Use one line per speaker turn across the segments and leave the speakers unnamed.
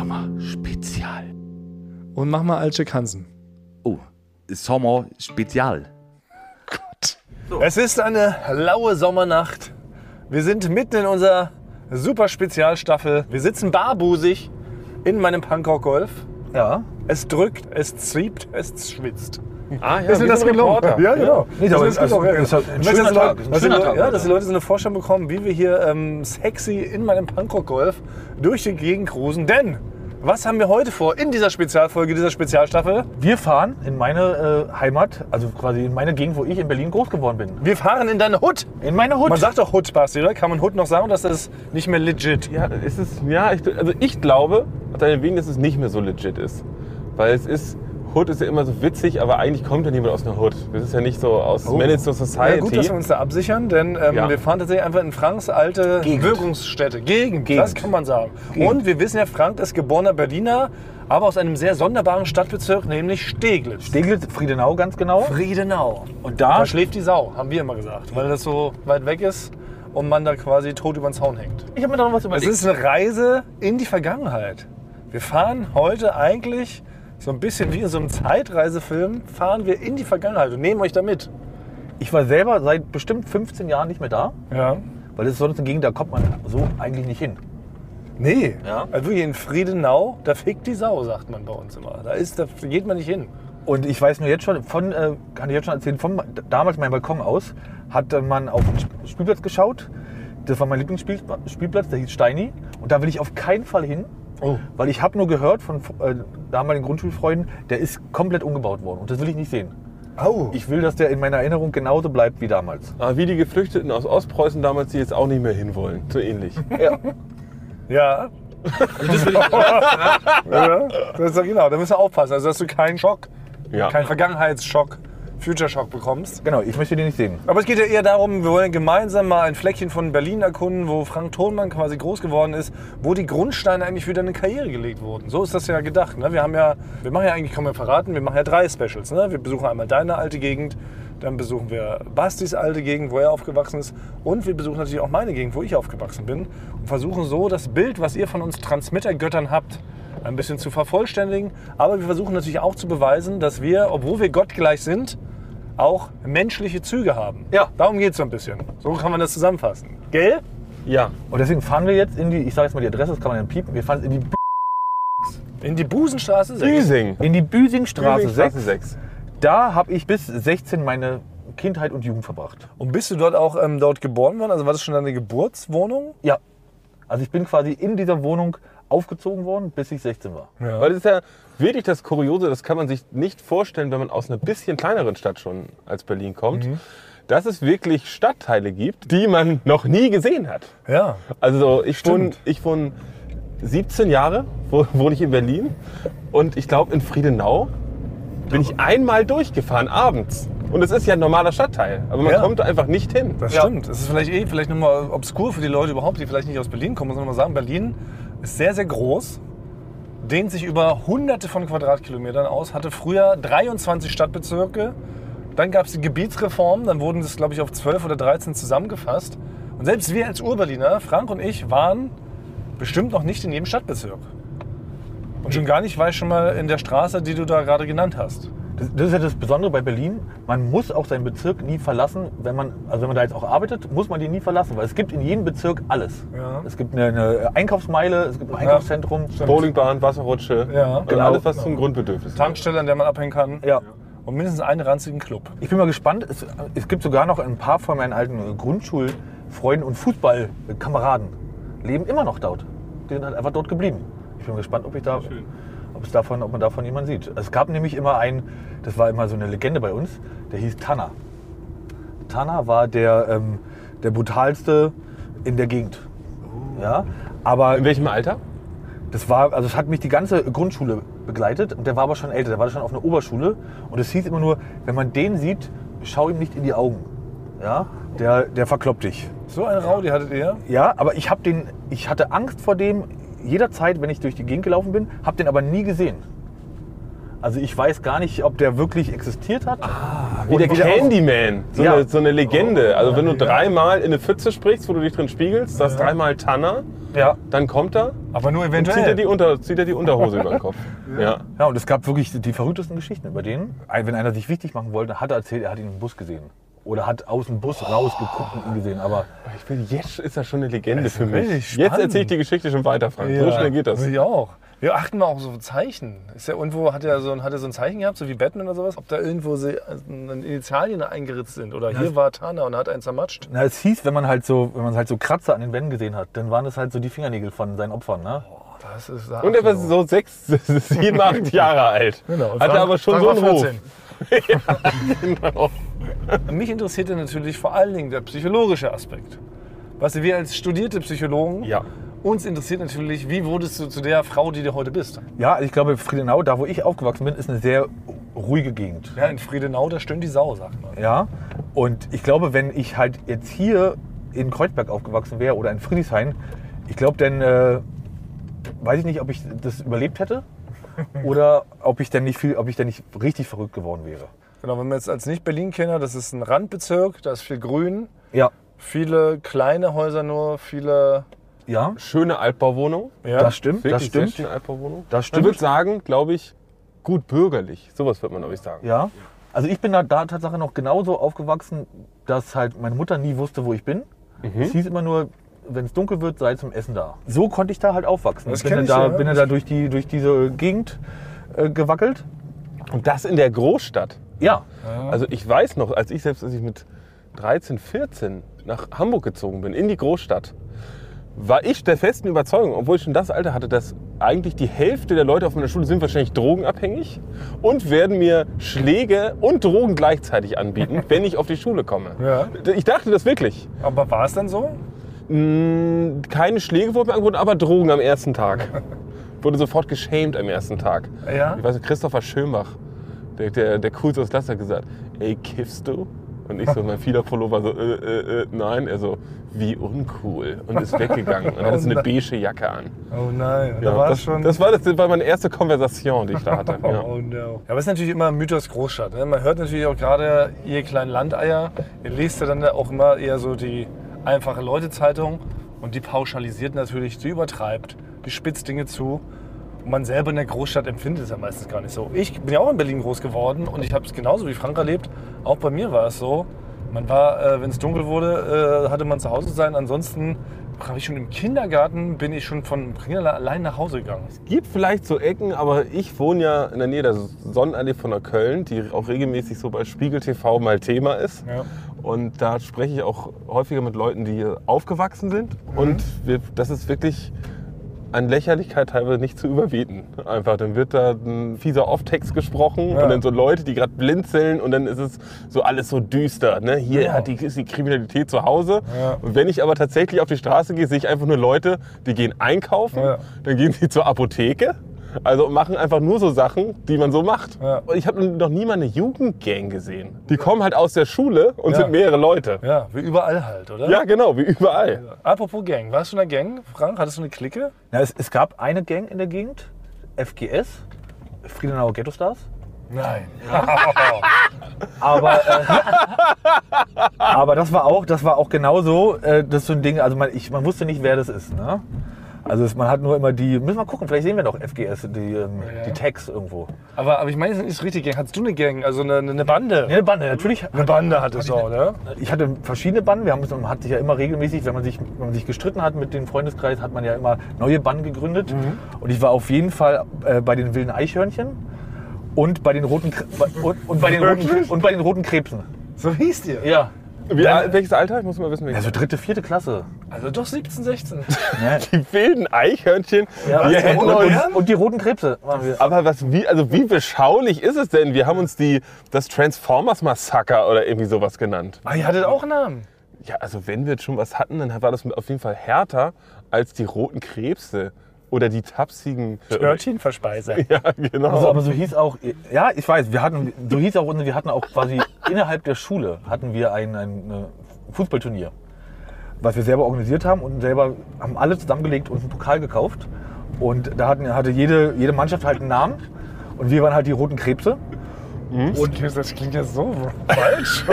Sommerspezial.
Und mach mal Alchik Hansen.
Oh, Sommerspezial.
Es ist eine laue Sommernacht. Wir sind mitten in unserer super Spezialstaffel. Wir sitzen barbusig in meinem Pankok Golf.
Ja.
Es drückt, es ziebt, es schwitzt.
Ah, ja.
Ist dir das gelungen? Ja, genau.
Nicht, aber
Ist dir
es-
gelungen?
es- es hat- ein
Ich möchte,
schöner
dass die
Tag,
Leute-
ein
dass die
schöner
Leute-
Tag
Ja,
heute.
dass die Leute so eine Vorstellung bekommen, wie wir hier ähm, sexy in meinem Pankok Golf durch die Gegend cruisen. Denn was haben wir heute vor in dieser Spezialfolge, dieser Spezialstaffel?
Wir fahren in meine äh, Heimat, also quasi in meine Gegend, wo ich in Berlin groß geworden bin.
Wir fahren in deine Hut.
In meine Hut.
Man sagt doch Hut, Basti, oder? Kann man Hut noch sagen, dass das nicht mehr legit?
Ja, es ist, ja ich, also ich glaube, auf deinen Wegen, dass es nicht mehr so legit ist. Weil es ist, Hood ist ja immer so witzig, aber eigentlich kommt ja niemand aus einer Hood. Das ist ja nicht so aus oh. Managed Society.
Ja, gut, dass wir uns da absichern, denn ähm,
Ja.
wir fahren tatsächlich einfach in Franks alte Wirkungsstätte. Gegend, das kann man sagen. Und wir wissen ja, Frank ist geborener Berliner, aber aus einem sehr sonderbaren Stadtbezirk, nämlich Steglitz.
Steglitz, Friedenau ganz genau.
Friedenau.
Und
Da
da,
schläft die Sau, haben wir immer gesagt, weil das so weit weg ist und man da quasi tot über den Zaun hängt.
ich habe mir da noch was
Es
überlegt.
ist eine Reise in die Vergangenheit. Wir fahren heute eigentlich so ein bisschen wie in so einem Zeitreisefilm, fahren wir in die Vergangenheit und nehmen euch da mit.
ich war selber seit bestimmt 15 Jahren nicht mehr da,
Ja.
weil das ist sonst eine Gegend, da kommt man so eigentlich nicht hin.
Nee,
Ja.
also wirklich in Friedenau, da fickt die Sau, sagt man bei uns immer. Da, ist, da geht man nicht hin.
Und ich weiß nur jetzt schon, von, äh, kann ich jetzt schon erzählen, von damals meinem Balkon aus hat äh, man auf den Sp- Spielplatz geschaut. Das war mein Lieblingsspielplatz, der hieß Steini. Und da will ich auf keinen Fall hin,
Oh.
weil ich habe nur gehört von äh, damaligen Grundschulfreunden, der ist komplett umgebaut worden. Und das will ich nicht sehen.
Au.
Ich will, dass der in meiner Erinnerung genauso bleibt wie damals.
Ah, wie die Geflüchteten aus Ostpreußen damals, die jetzt auch nicht mehr hinwollen. So ähnlich.
Ja. ja. Das ist doch genau, da müssen wir aufpassen, also dass du keinen Schock,
Ja.
keinen Vergangenheitsschock, Future-Schock bekommst.
Genau, ich möchte den nicht sehen.
Aber es geht ja eher darum, wir wollen gemeinsam mal ein Fleckchen von Berlin erkunden, wo Frank Thonmann quasi groß geworden ist, wo die Grundsteine eigentlich für deine Karriere gelegt wurden. So ist das ja gedacht. Ne? Wir haben ja, wir machen ja eigentlich, kann man verraten, wir machen ja drei Specials. Ne? Wir besuchen einmal deine alte Gegend, dann besuchen wir Bastis alte Gegend, wo er aufgewachsen ist und wir besuchen natürlich auch meine Gegend, wo ich aufgewachsen bin und versuchen so das Bild, was ihr von uns Transmittergöttern habt, ein bisschen zu vervollständigen. Aber wir versuchen natürlich auch zu beweisen, dass wir, obwohl wir gottgleich sind, auch menschliche Züge haben.
Ja.
Darum geht es so ein bisschen. So kann man das zusammenfassen. Gell?
Ja.
Und deswegen fahren wir jetzt in die, ich sage jetzt mal die Adresse, das kann man dann piepen, wir fahren in die, B-
In die Busenstraße sechs.
Büsing.
in die Büsingstraße 6.
6.
Da habe ich bis 16 meine Kindheit und Jugend verbracht.
Und bist du dort auch ähm, dort geboren worden? Also war das schon deine Geburtswohnung?
Ja. Also ich bin quasi in dieser Wohnung aufgezogen worden, bis ich 16 war.
Weil das ist ja wirklich das Kuriose, das kann man sich nicht vorstellen, wenn man aus einer bisschen kleineren Stadt schon als Berlin kommt,
Mhm.
dass es wirklich Stadtteile gibt, die man noch nie gesehen hat.
Ja.
Also so, ich wohne,
Stimmt.
ich wohne 17 Jahre, wo- wohne ich in Berlin und ich glaube in Friedenau bin ich einmal durchgefahren abends. Und es ist ja ein normaler Stadtteil, aber man
Ja.
kommt da einfach nicht hin.
Das stimmt. Das ist vielleicht eh vielleicht nochmal obskur für die Leute überhaupt, die vielleicht nicht aus Berlin kommen, sondern mal sagen, Berlin ist sehr, sehr groß, dehnt sich über hunderte von Quadratkilometern aus, hatte früher 23 Stadtbezirke, dann gab es die Gebietsreform, dann wurden das, glaube ich, auf 12 oder 13 zusammengefasst. Und selbst wir als Urberliner, Frank und ich, waren bestimmt noch nicht in jedem Stadtbezirk. Und schon gar nicht war ich schon mal in der Straße, die du da gerade genannt hast.
Das, das ist ja das Besondere bei Berlin. Man muss auch seinen Bezirk nie verlassen. Wenn man, also wenn man da jetzt auch arbeitet, muss man den nie verlassen, weil es gibt in jedem Bezirk alles.
Ja.
Es gibt eine, eine Einkaufsmeile, es gibt ein Einkaufszentrum.
Bowlingbahn, Wasserrutsche,
Ja.
und
Genau.
alles was zum Grundbedürfnis gehört.
Tankstelle, an der man abhängen kann.
Ja.
Und mindestens einen ranzigen Club.
Ich bin mal gespannt. Es, es gibt sogar noch ein paar von meinen alten Grundschulfreunden und Fußballkameraden. Leben immer noch dort. Die sind halt einfach dort geblieben. Ich bin gespannt, ob ich da. Ob, es davon, ob man davon jemanden sieht. Es gab nämlich immer einen, das war immer so eine Legende bei uns, der hieß Tanner. Tanner war der, ähm, der brutalste in der Gegend. Ja, aber
In welchem Alter?
das war, also es hat mich die ganze Grundschule begleitet und der war aber schon älter, der war schon auf einer Oberschule und es hieß immer nur, wenn man den sieht, schau ihm nicht in die Augen. Ja, der, der verkloppt dich.
So eine Rowdy hattet ihr?
Ja, aber ich habe den, ich hatte Angst vor dem jederzeit, wenn ich durch die Gegend gelaufen bin, habe den aber nie gesehen. Also ich weiß gar nicht, ob der wirklich existiert hat.
Ah, Wie der
wieder auf-
Candyman. So,
Ja.
eine, so eine Legende. Also wenn du dreimal in eine Pfütze sprichst, wo du dich drin spiegelst, sagst dreimal Tanner,
Ja,
dann kommt er
Aber nur
und zieht er
eventuell.
die, Unter, zieht er die Unterhose über den Kopf. Ja.
Ja, und es gab wirklich die verrücktesten Geschichten über den. Ein- Wenn einer sich wichtig machen wollte, hat er erzählt, er hat ihn im Bus gesehen. Oder hat aus dem Bus rausgeguckt und ihn gesehen. Aber
Ich bin, jetzt ist er schon eine Legende für mich.
richtig
Jetzt
spannend.
erzähle ich die Geschichte schon weiter, Frank. So schnell geht das.
Ich auch. Wir achten mal auf so Zeichen. Ist ja irgendwo, hat er so, ein- hat er so ein Zeichen gehabt, so wie Batman oder sowas, ob da irgendwo se- in Initialien eingeritzt sind. Oder hier war Tana und hat einen zermatscht.
na, es hieß, wenn man halt so, wenn man halt so Kratzer an den Wänden gesehen hat, dann waren es halt so die Fingernägel von seinen Opfern. Ne?
Das ist
Und er war so sechs, sieben, acht Jahre alt.
Genau. Und
Hatte
Frank-
aber schon
Frank
so
war
einen Ruf.
14.
Genau.
Mich interessierte natürlich vor allen Dingen der psychologische Aspekt. Was wir als studierte Psychologen,
Ja.
uns interessiert natürlich, wie wurdest du zu der Frau, die du heute bist?
Ja, also ich glaube, Friedenau, da wo ich aufgewachsen bin, ist eine sehr ruhige Gegend.
Ja, in Friedenau, da stöhnt die Sau, sagt man.
Ja. Und ich glaube, wenn ich halt jetzt hier in Kreuzberg aufgewachsen wäre oder in Friedrichshain, ich glaube, dann äh, weiß ich nicht, ob ich das überlebt hätte oder ob ich dann nicht viel, ob ich dann nicht richtig verrückt geworden wäre.
Genau, wenn man jetzt als Nicht-Berlin-Kenner, das ist ein Randbezirk, da ist viel Grün,
Ja.
viele kleine Häuser nur, viele.
Ja,
Schöne Altbauwohnung.
Ja,
das stimmt, das
Wirklich sehr
stimmt.
schöne Altbauwohnung.
Das
Man
stimmt.
würde sagen, glaube ich, gut bürgerlich. Sowas wird man, glaube ich, sagen.
Ja. Also ich bin da, da Tatsache noch genauso aufgewachsen, dass halt meine Mutter nie wusste, wo ich bin. Es hieß immer nur, wenn es dunkel wird, sei zum Essen da. So konnte ich da halt aufwachsen.
Das
bin
kenn
dann
ich
da,
ja.
bin dann da durch, die, durch diese Gegend äh, gewackelt.
Und das in der Großstadt.
Ja.
Also ich weiß noch, als ich selbst, als ich mit 13, 14 nach Hamburg gezogen bin, in die Großstadt, war ich der festen Überzeugung, obwohl ich schon das Alter hatte, dass eigentlich die Hälfte der Leute auf meiner Schule sind wahrscheinlich drogenabhängig und werden mir Schläge und Drogen gleichzeitig anbieten, wenn ich auf die Schule komme.
Ja.
Ich dachte das wirklich.
Aber war es dann so?
Mm, Keine Schläge wurden mir angeboten, aber Drogen am ersten Tag. Wurde sofort geschämt am ersten Tag.
Ja?
Ich weiß nicht, Christopher Schönbach, der, der, der Coolste aus Klasse, hat gesagt, ey, kiffst du? Und ich so, mein vieler Pullover so, äh, äh, äh, nein. Er so, wie uncool. Und ist weggegangen. Und hatte so eine beige Jacke an.
Oh nein,
Ja, das, das, war, das war meine erste Konversation, die ich da hatte. Ja.
Oh, Ja, aber es ist natürlich immer ein Mythos Großstadt. Ne? Man hört natürlich auch gerade, ihr kleinen Landeier, ihr lest ja dann auch immer eher so die einfache Leute-Zeitung und die pauschalisiert natürlich, die übertreibt, die spitzt Dinge zu. Und man selber in der Großstadt empfindet es ja meistens gar nicht so. Ich bin ja auch in Berlin groß geworden und ich habe es genauso wie Frank erlebt. Auch bei mir war es so. Man war, äh, wenn es dunkel wurde, äh, hatte man zu Hause zu sein. Ansonsten habe ich schon im Kindergarten, bin ich schon von Kindergarten allein nach Hause gegangen.
Gibt vielleicht so Ecken, aber ich wohne ja in der Nähe der Sonnenallee von der Köln, die auch regelmäßig so bei Spiegel TV mal Thema ist.
Ja.
Und da spreche ich auch häufiger mit Leuten, die hier aufgewachsen sind. Und wir, das ist wirklich an Lächerlichkeit teilweise nicht zu überbieten. Einfach, dann wird da ein fieser Off-Text gesprochen und dann so Leute, die gerade blinzeln und dann ist es so alles so düster. Ne? Hier hat die, ist die Kriminalität zu Hause. Und wenn ich aber tatsächlich auf die Straße gehe, sehe ich einfach nur Leute, die gehen einkaufen,
Ja.
dann gehen sie zur Apotheke. Also machen einfach nur so Sachen, die man so macht.
Ja.
Und Ich habe noch nie mal eine Jugendgang gesehen. Die kommen halt aus der Schule und
Ja.
sind mehrere Leute.
Ja, wie überall halt, oder?
Ja, genau, wie überall.
Apropos Gang, warst du in der Gang, Frank? Hattest du eine Clique?
Na, es, es gab eine Gang in der Gegend, FGS, Friedenauer Ghetto Stars.
Nein.
Aber, äh, aber das war auch, das war auch genauso, äh, das ist so ein Ding, also man, ich, man wusste nicht, wer das ist. Ne? Also es, man hat nur immer die, müssen wir gucken, vielleicht sehen wir noch FGS, die, ähm, die Tags irgendwo.
Aber, aber ich meine, es ist nicht richtig Gang. Hattest du eine Gang, also eine, eine Bande?
Ja, eine Bande, natürlich.
Eine Bande hattest du auch, ne?
Ich hatte verschiedene Banden, wir haben, uns- man hat sich ja immer regelmäßig, wenn man, sich, wenn man sich gestritten hat mit dem Freundeskreis, hat man ja immer neue Banden gegründet. Und ich war auf jeden Fall äh, bei den wilden Eichhörnchen und bei den roten, Kre- bei- und, und bei den roten, und bei den roten Krebsen.
So hieß die.
Ja.
Wie, al- welches Alter? Ich muss mal wissen, welches
Also dritte, vierte Klasse.
Also doch 17, 16.
Die wilden Eichhörnchen.
Ja,
wir
und-
hätten
und,
uns,
und, und die roten Krebse waren wir.
aber was, wie, also wie beschaulich ist es denn? Wir haben uns die, das Transformers Massaker oder irgendwie sowas genannt.
ah, ihr hattet auch einen Namen.
Ja, also wenn wir jetzt schon was hatten, dann war das auf jeden Fall härter als die roten Krebse oder die tapsigen.
Törtchenverspeiser.
Ja, genau.
Oh.
Also, aber so hieß auch, ja, ich weiß, wir hatten, so hieß auch unsere, wir hatten auch quasi innerhalb der Schule hatten wir ein, ein äh, Fußballturnier, was wir selber organisiert haben und selber haben alle zusammengelegt und einen Pokal gekauft. Und da hatten, hatte jede, jede Mannschaft halt einen Namen. Und wir waren halt die roten Krebse.
Und das klingt ja so falsch.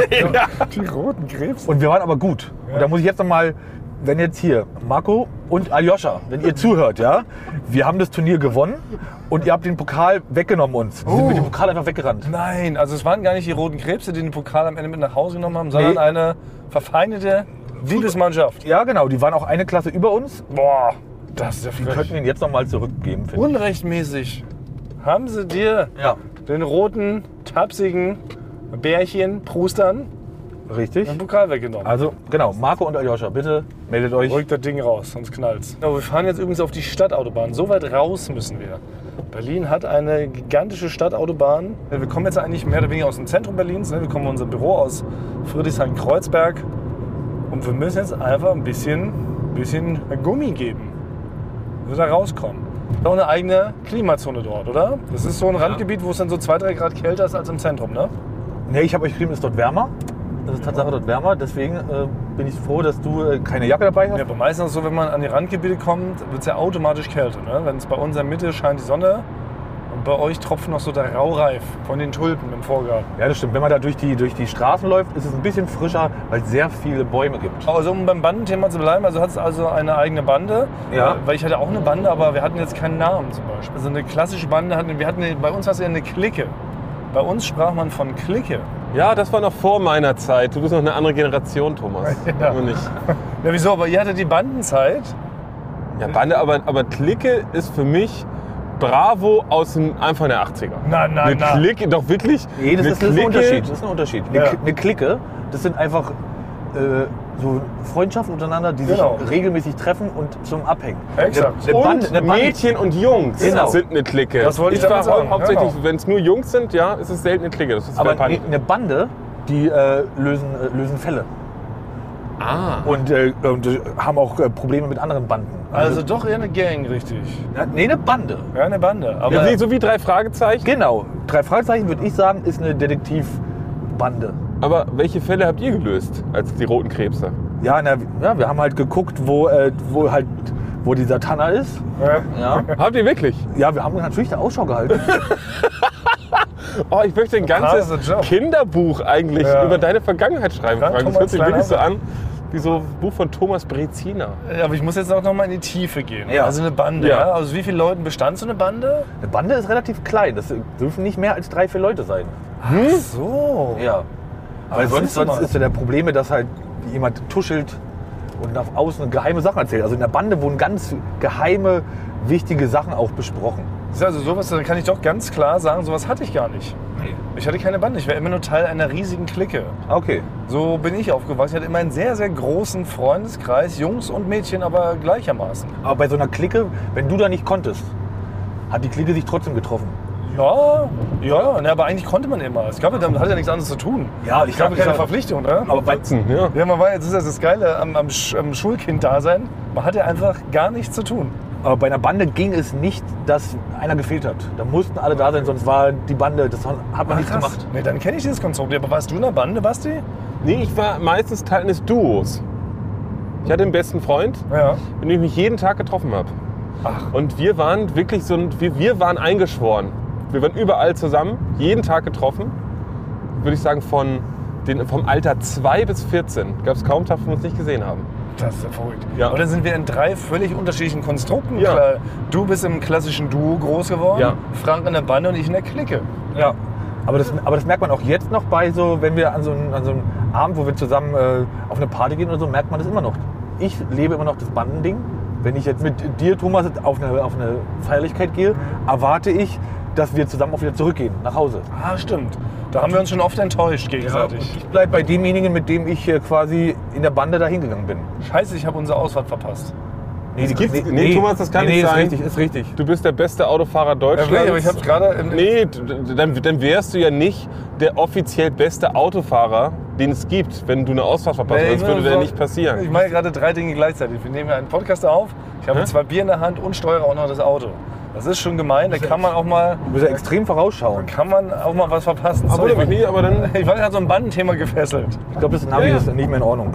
Die roten Krebs.
Und wir waren aber gut. Und da muss ich jetzt nochmal, wenn jetzt hier Marco und Aljoscha, wenn ihr zuhört, ja, wir haben das Turnier gewonnen und ihr habt den Pokal weggenommen uns. Wir sind mit dem Pokal einfach weggerannt.
Nein, also es waren gar nicht die roten Krebse, die den Pokal am Ende mit nach Hause genommen haben, sondern
Nee.
eine verfeindete Liebesmannschaft.
Ja, genau, die waren auch eine Klasse über uns.
Boah, das ist ja
Die könnten
frech.
den jetzt nochmal zurückgeben, finde ich.
Unrechtmäßig haben sie dir
Ja,
den roten, tapsigen Bärchen Prustern
richtig.
den Pokal weggenommen.
Also, genau, Marco und Aljoscha, bitte meldet euch.
Rückt das Ding raus, sonst knallt's. Aber wir fahren jetzt übrigens auf die Stadtautobahn. So weit raus müssen wir. Berlin hat eine gigantische Stadtautobahn. Wir kommen jetzt eigentlich mehr oder weniger aus dem Zentrum Berlins. ne? Wir kommen in unser Büro aus Friedrichshain-Kreuzberg. Und wir müssen jetzt einfach ein bisschen, bisschen Gummi geben, dass wir da rauskommen. Noch eine eigene Klimazone dort, oder? Das ist so ein Randgebiet, wo es dann so 2-3 Grad kälter ist als im Zentrum, ne?
Nee, ich habe euch geschrieben, es ist dort wärmer. Es ist Tatsache dort wärmer, deswegen äh, bin ich froh, dass du äh, keine Jacke dabei hast.
Ja, aber meistens so, wenn man an die Randgebiete kommt, wird es ja automatisch kälter. Ne? Wenn es bei uns in der Mitte scheint die Sonne und bei euch tropft noch so der Raureif von den Tulpen im Vorgarten.
Ja, das stimmt. Wenn man da durch die, durch die Straßen läuft, ist es ein bisschen frischer, weil es sehr viele Bäume gibt.
Also um beim Bandenthema zu bleiben, also hat es also eine eigene Bande. Äh,
Ja.
Weil ich hatte auch eine Bande, aber wir hatten jetzt keinen Namen zum Beispiel. Also eine klassische Bande hatten wir hatten eine, bei uns war es ja eine Clique. Bei uns sprach man von Clique.
Ja, das war noch vor meiner Zeit. Du bist noch eine andere Generation, Thomas.
Ja.
Aber nicht.
Ja, wieso? Aber ihr hattet die Bandenzeit.
Ja, Bande, aber, aber Clique ist für mich Bravo aus dem Anfang der 80er.
Nein, nein,
eine
nein.
Clique, doch wirklich.
Nee, das
eine
ist, das ist ein
Clique-
Unterschied. Das ist ein Unterschied. Eine,
Ja.
Kli- eine Clique, das sind einfach äh, so Freundschaften untereinander, die
Genau.
sich regelmäßig treffen und zum Abhängen.
Exakt.
Eine, eine Band,
Und
eine Band,
Mädchen und Jungs
Genau.
sind eine Clique.
Das wollte ich
war
damit sagen,
hauptsächlich,
genau.
wenn es nur Jungs sind, ja, ist es selten eine Clique. Das ist
aber
verpand-
eine, eine Bande, die äh, lösen, äh, lösen Fälle.
Ah.
Und, äh, und äh, haben auch äh, Probleme mit anderen Banden.
Also doch eher eine Gang, richtig.
ja, nee, eine Bande.
Ja, eine Bande. Aber
Ja, wie- so wie drei Fragezeichen.
Genau. Drei Fragezeichen würde ich sagen, ist eine Detektivbande.
Aber welche Fälle habt ihr gelöst als die roten Krebse?
Ja, na, ja, wir haben halt geguckt, wo, äh, wo halt wo die Satana ist.
Ja.
Ja.
Habt ihr wirklich?
ja, wir haben natürlich der Ausschau gehalten.
Oh, ich möchte ein
Krass,
ganzes
der Job.
Kinderbuch eigentlich
Ja.
über deine Vergangenheit schreiben.
Ja,
Frank. Das
Thomas
hört sich wirklich so
Kleiner.
an wie so ein Buch von Thomas Brezina.
Ja, Äh, Aber ich muss jetzt auch noch mal in die Tiefe gehen.
Ja.
Also eine Bande. Ja.
Ja.
Also wie viele Leuten bestand so eine Bande?
Eine Bande ist relativ klein. Das dürfen nicht mehr als drei, vier Leute sein. Hm?
So.
Ja. Weil
das
sonst,
ist doch
sonst
mal-
ist ja der Probleme, dass halt jemand tuschelt und nach außen geheime Sachen erzählt. Also in der Bande wurden ganz geheime, wichtige Sachen auch besprochen.
Ist also sowas, dann kann ich doch ganz klar sagen, sowas hatte ich gar nicht. Ich hatte keine Bande. Ich war immer nur Teil einer riesigen Clique.
Ah, Okay.
So bin ich aufgewachsen. Ich hatte immer einen sehr, sehr großen Freundeskreis, Jungs und Mädchen, aber gleichermaßen.
Aber bei so einer Clique, wenn du da nicht konntest, hat die Clique sich trotzdem getroffen.
Ja, ja, ne, aber eigentlich konnte man immer. Es gab ja damit hat ja nichts anderes zu tun.
Ja, ich
Ich glaube,
glaub,
keine
ich glaub-
Verpflichtung, ne?
Aber bei,
Hm, Ja.
Ja, man war, jetzt ist das das Geile am, am, Sch- am Schulkind-Dasein. Man hatte einfach gar nichts zu tun.
aber bei einer Bande ging es nicht, dass einer gefehlt hat. Da mussten alle da sein, sonst war die Bande, das hat man nicht gemacht.
Nee, dann kenne ich dieses Konstrukt. Aber warst du in einer Bande, Basti?
Nee, ich war meistens Teil eines Duos. Ich hatte einen besten Freund,
Ja.
mit dem ich mich jeden Tag getroffen habe.
Ach.
Und wir waren wirklich so ein, wir, wir waren eingeschworen. Wir waren überall zusammen, jeden Tag getroffen. Würde ich sagen, von den, vom Alter 2 bis 14 gab es kaum einen Tag, wo wir uns nicht gesehen haben.
Das ist ja verrückt.
Ja.
Aber dann sind wir in drei völlig unterschiedlichen Konstrukten.
Ja.
Klar, Du bist im klassischen Duo groß geworden,
Ja.
Frank in der Bande und ich in der Clique.
Ja. Aber das, aber das merkt man auch jetzt noch bei so, wenn wir an so einem, an so einem Abend, wo wir zusammen äh, auf eine Party gehen oder so, merkt man das immer noch. Ich lebe immer noch das Bandending. Wenn ich jetzt mit dir, Thomas, auf eine, auf eine Feierlichkeit gehe,
Mhm.
erwarte ich, dass wir zusammen auch wieder zurückgehen, nach Hause.
Ah, stimmt. Da haben wir uns schon oft enttäuscht gegenseitig.
Ich bleibe bei demjenigen, mit dem ich äh, quasi in der Bande dahin gegangen bin.
Scheiße, ich habe unsere Ausfahrt verpasst.
Nee,
Das gibt's- nee, Thomas, das kann nicht
ist
sein.
richtig, ist richtig.
Du bist der beste Autofahrer Deutschlands.
aber ich habe gerade im
Nee, d- d- dann, dann wärst du ja nicht der offiziell beste Autofahrer, den es gibt, wenn du eine Ausfahrt verpasst.
Nee,
das würde
so-
dir nicht
Ich
passieren.
mache gerade drei Dinge gleichzeitig. Wir nehmen hier einen Podcast auf, ich habe zwei Bier in der Hand und steuere auch noch das Auto. Das ist schon gemein, da kann man auch mal,
Du bist ja extrem vorausschauend.
kann man auch mal was verpassen. Sorry,
Obwohl, aber nee, aber dann.
ich war gerade so ein Bandenthema gefesselt.
Ich glaube, das Navi
Ja, ja.
ist nicht mehr in Ordnung.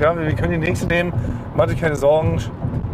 Ja, wir können die nächste nehmen. Macht euch keine Sorgen.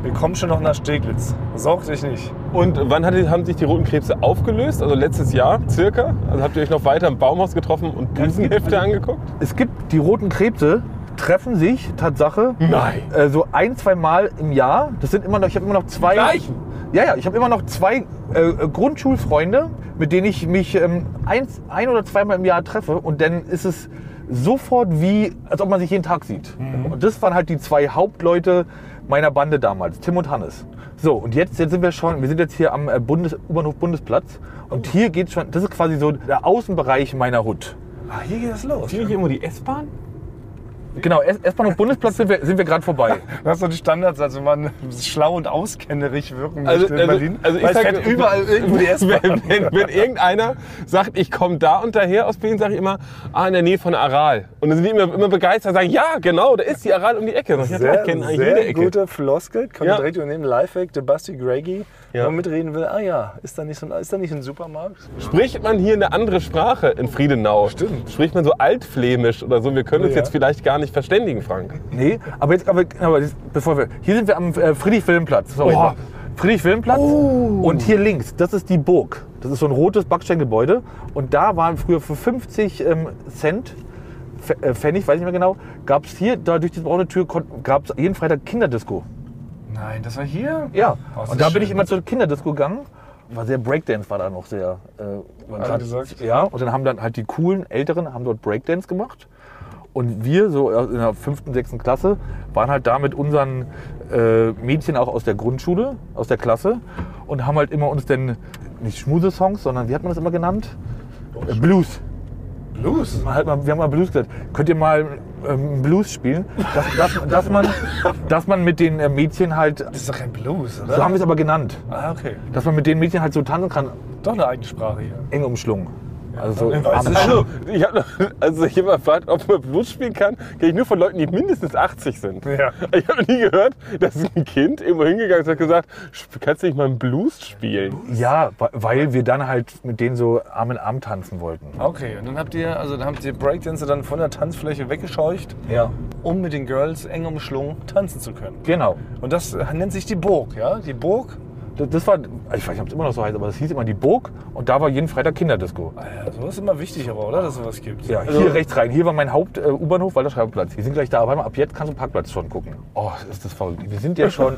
Wir kommen schon noch nach Steglitz. Sorg dich nicht.
Und wann hat, haben sich die Roten Krebse aufgelöst? Also letztes Jahr circa? Also habt ihr euch noch weiter im Baumhaus getroffen und
genau.
Busenhefte angeguckt?
Es gibt die roten Krebse, treffen sich, Tatsache,
Nein.
äh, so ein, zwei Mal im Jahr. Das sind immer noch, ich habe immer noch zwei.
Gleichen?
Ja, ja, ich habe immer noch zwei äh, äh, Grundschulfreunde, mit denen ich mich ähm, eins, ein oder zweimal im Jahr treffe und dann ist es sofort wie, als ob man sich jeden Tag sieht.
Mhm.
Und das waren halt die zwei Hauptleute meiner Bande damals, Tim und Hannes. So, und jetzt, jetzt sind wir schon, wir sind jetzt hier am äh, Bundes, U-Bahnhof Bundesplatz und hier geht schon, das ist quasi so der Außenbereich meiner Hut.
Ah, hier geht es los.
Hier irgendwo die S-Bahn?
Genau, S- S-Bahnhof Bundesplatz sind wir, sind wir gerade vorbei.
Das ist so die Standards, also wenn man schlau und auskennerig wirken möchte
Also,
in
also,
Berlin.
also ich
weil es
sag,
fährt überall irgendwo die S-Bahn.
Wenn, wenn, wenn irgendeiner sagt, ich komme da und daher aus Berlin, sage ich immer, ah, in der Nähe von Aral. Und dann sind die immer, immer begeistert, sagen, ja, genau, da ist die Aral um die Ecke. Sag ich, ja, klar, ich kenne eigentlich jede
sehr
Ecke.
gute Floskel, kann
Ja.
man direkt übernehmen. Lifehack, der Basti Greggy,
Ja.
wenn man mitreden will, ah ja, ist da nicht so ein, ist da nicht ein Supermarkt?
Spricht man hier eine andere Sprache in Friedenau?
Stimmt.
Spricht man so altflämisch oder so? Wir können uns
Ja.
jetzt vielleicht gar nicht verständigen, Frank.
Nee, aber jetzt, aber, aber jetzt, bevor wir, hier sind wir am äh, Friedrich-Wilhelm-Platz. Sorry.
Boah.
Friedrich-Wilhelm-Platz und hier links, das ist die Burg. Das ist so ein rotes Backsteingebäude und da waren früher für 50 ähm, Cent, Pf äh, Pfennig, weiß ich nicht mehr genau, gab es hier, da durch diese braune Tür gab es jeden Freitag Kinderdisco.
Nein, das war hier?
Ja,
Oh, das
und
ist
da bin ich
schön.
immer zur Kinderdisco gegangen. War sehr Breakdance war da noch sehr. Äh, war grad-
gesagt.
Ja, und dann haben dann halt die coolen Älteren haben dort Breakdance gemacht. Und wir, so äh, in der fünften, sechsten Klasse, waren halt da mit unseren äh, Mädchen auch aus der Grundschule, aus der Klasse und haben halt immer uns denn nicht Schmuse-Songs, sondern wie hat man das immer genannt? Äh, Blues.
Blues.
Mal Halt mal, wir haben mal Blues gesagt. Könnt ihr mal ähm, Blues spielen? Dass, dass, dass, man, dass man mit den äh, Mädchen halt,
Das ist doch kein Blues, oder?
so haben wir es aber genannt,
ah, okay.
dass man mit den Mädchen halt so tanzen kann,
Doch eine eigene Sprache hier.
eng umschlungen. Also so
dann weiß
am
ich
Also, ich habe also ich hab mal gefragt, ob man Blues spielen kann, kenne ich nur von Leuten, die mindestens 80 sind.
Ja.
Ich habe noch nie gehört, dass ein Kind irgendwo hingegangen ist und hat gesagt, "Sp- kannst du nicht mal einen Blues spielen?
Ja, wa- weil wir dann halt mit denen so Arm in Arm tanzen wollten.
Okay, und dann habt ihr, also dann habt ihr Breakdancer dann von der Tanzfläche weggescheucht,
Ja.
um mit den Girls eng umschlungen tanzen zu können.
Genau.
Und das nennt sich die Burg, ja? Die Burg.
Das, das war, ich weiß nicht, ob es immer noch so heißt, aber das hieß immer die Burg und da war jeden Freitag Kinderdisco.
Ja, Äh, sowas ist immer wichtig, aber, oder? Dass sowas gibt. Also,
Ja, hier rechts rein. Hier war mein Haupt-U-Bahnhof, weil der Schreibplatz. Wir sind gleich da, aber ab jetzt kannst du Parkplatz schon gucken. Oh, ist das verrückt. Wir sind ja schon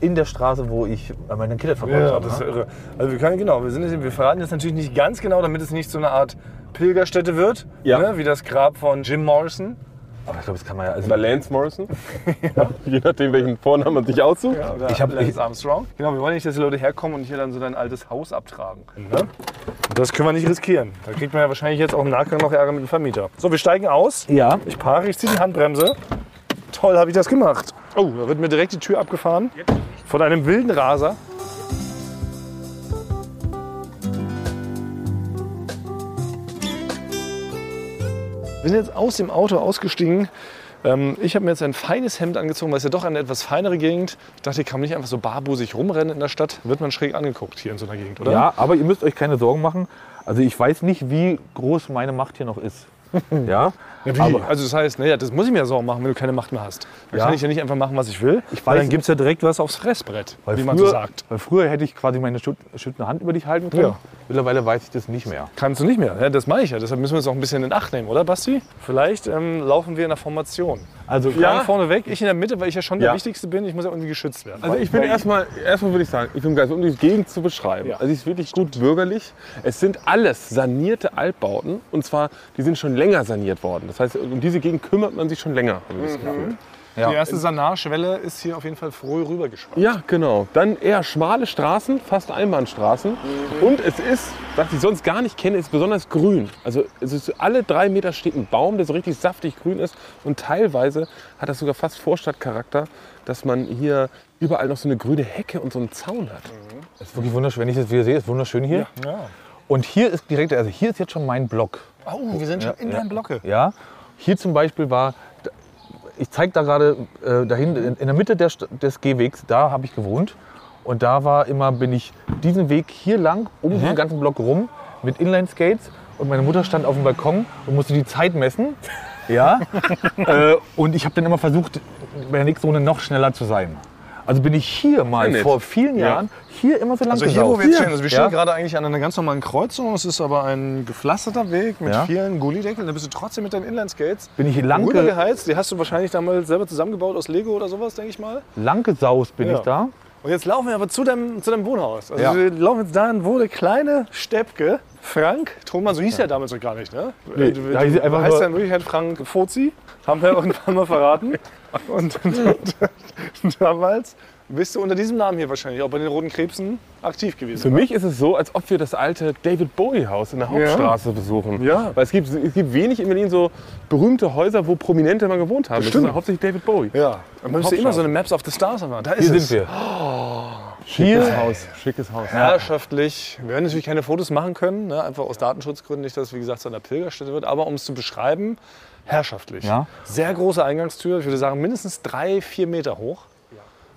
in der Straße, wo ich äh, meine Kinder verbracht
Ja,
habe.
das ist
ne?
irre. Also wir können genau, wir, sind jetzt, wir verraten jetzt natürlich nicht ganz genau, damit es nicht so eine Art Pilgerstätte wird,
Ja.
ne, wie das Grab von Jim Morrison.
Aber ich glaube, das kann man ja. Also,
Oder Lance Morrison? Je nachdem, welchen Vornamen man sich aussucht.
Oder
Ich hab-
Lance
ich-
Armstrong. Genau, wir wollen nicht, dass die Leute herkommen und hier dann so dein altes Haus abtragen. Ne? Das können wir nicht riskieren. Da kriegt man ja wahrscheinlich jetzt auch im Nachgang noch Ärger mit dem Vermieter. So, wir steigen aus.
ja,
Ich paare, ich ziehe die Handbremse. Toll, habe ich das gemacht. Oh, da wird mir direkt die Tür abgefahren. Von einem wilden Raser. Wir sind jetzt aus dem Auto ausgestiegen. Ähm, ich habe mir jetzt ein feines Hemd angezogen, weil es ja doch eine etwas feinere Gegend. Ich dachte, hier kann man nicht einfach so barbusig rumrennen in der Stadt. Wird man schräg angeguckt hier in so einer Gegend, oder?
Ja, aber ihr müsst euch keine Sorgen machen. Also ich weiß nicht, wie groß meine Macht hier noch ist. ja,
Wie?
aber
also das heißt, naja, das muss ich mir ja Sorgen machen, wenn du keine Macht mehr hast. Dann
Ja.
kann ich ja nicht einfach machen, was ich will. Ich
weiß
dann gibt es ja direkt was aufs Fressbrett, wie man so
früher,
sagt.
Weil früher hätte ich quasi meine schüt- schüttende Hand über dich halten können.
Ja.
Mittlerweile weiß ich das nicht mehr.
Kannst du nicht mehr. Ja, das mache ich ja. Deshalb müssen wir es auch ein bisschen in Acht nehmen, oder Basti? Vielleicht ähm, laufen wir in der Formation.
Also
Ja.
Frankfurt-
vorne weg, ich in der Mitte, weil ich ja schon
Ja.
der Wichtigste bin. Ich muss ja irgendwie geschützt werden.
Also ich bin erstmal, erstmal würde ich sagen, ich bin geil, um die Gegend zu beschreiben.
Ja.
Also sie ist wirklich gut bürgerlich. Es sind alles sanierte Altbauten und zwar, die sind schon länger saniert worden. Das heißt, um diese Gegend kümmert man sich schon länger. habe ich das Gefühl.
ja.
Die erste Sanarschwelle ist hier auf jeden Fall früh rübergeschwappt.
Ja, genau. Dann eher schmale Straßen, fast Einbahnstraßen.
Mhm.
Und es ist, was ich sonst gar nicht kenne, ist besonders grün. Also es ist, alle drei Meter steht ein Baum, der so richtig saftig grün ist. Und teilweise hat das sogar fast Vorstadtcharakter, dass man hier überall noch so eine grüne Hecke und so einen Zaun hat.
Mhm.
Es ist wirklich wunderschön. Wenn ich das wieder sehe, ist wunderschön hier. Und hier ist direkt, also hier ist jetzt schon mein Block.
Oh, wir sind schon in deinen Blocke.
Ja, hier zum Beispiel war, ich zeige da gerade äh, dahin, in, in der Mitte der, St- des Gehwegs, da habe ich gewohnt. Und da war immer, bin ich diesen Weg hier lang, um
Mhm.
den ganzen Block rum, mit Inline-Skates. Und meine Mutter stand auf dem Balkon und musste die Zeit messen. Ja. äh, und ich habe dann immer versucht, bei der nächsten Runde noch schneller zu sein. Also bin ich hier mal
nett.
vor vielen
Ja.
Jahren hier immer so lang
Also hier, wo
gesauft.
wir jetzt stehen, also wir stehen
Ja.
gerade eigentlich an einer ganz normalen Kreuzung. Es ist aber ein gepflasterter Weg mit
Ja.
vielen Gullideckeln. Da bist du trotzdem mit deinen Inlineskates
Bin ich lang, ge
runtergeheizt. Die hast du wahrscheinlich damals selber zusammengebaut aus Lego oder sowas, denke ich mal.
lang gesaust bin
Ja.
ich da.
Und jetzt laufen wir aber zu deinem, zu deinem Wohnhaus. Also
Ja.
wir laufen jetzt dahin, wo der kleine Steppke, Frank Thoman, so hieß der damals noch gar nicht, ne?
Nee,
du,
da
du,
hieß er einfach
heißt
nur-
er in Wirklichkeit Frank Fozi, haben wir irgendwann mal verraten. Und, damals bist du unter diesem Namen hier wahrscheinlich auch bei den Roten Krebsen aktiv
Für
gewesen.
mich ist es so, als ob wir das alte David Bowie Haus in der Hauptstraße besuchen.
Ja.
Weil es gibt, es gibt wenig in Berlin so berühmte Häuser, wo Prominente mal gewohnt haben. Das
stimmt.
ist hauptsächlich David Bowie.
Ja, dann müsst ihr immer so eine Maps of the Stars haben. Da ist
Hier
es.
sind wir.
Hier
Haus. Schickes Haus.
Herrschaftlich. Wir werden natürlich keine Fotos machen können, ne? einfach aus Datenschutzgründen, nicht, dass es wie gesagt zu einer Pilgerstätte wird, aber um es zu beschreiben, herrschaftlich.
Ja.
Sehr große Eingangstür, ich würde sagen mindestens drei, vier Meter hoch.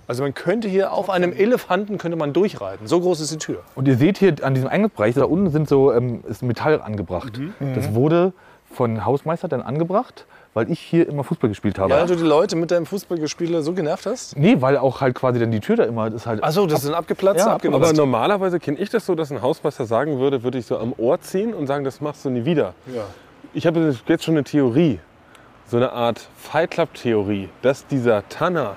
Also man könnte hier auf einem Elefanten könnte man durchreiten. So groß ist die Tür.
Und ihr seht hier an diesem Eingangsbereich, da unten sind so, ähm, ist Metall angebracht. Das wurde von Hausmeister dann angebracht, weil ich hier immer Fußball gespielt habe.
Weil du die Leute mit deinem Fußballgespiele so genervt hast.
Nee, weil auch halt quasi dann die Tür da immer ist halt.
Achso, das sind abgeplatzt,
Ja,
Aber
abgenutzt.
normalerweise kenne ich das so, dass ein Hausmeister sagen würde, würde ich so am Ohr ziehen und sagen, das machst du nie wieder.
Ja.
Ich habe jetzt schon eine Theorie, so eine Art Fight Club Theorie, dass dieser Tanner,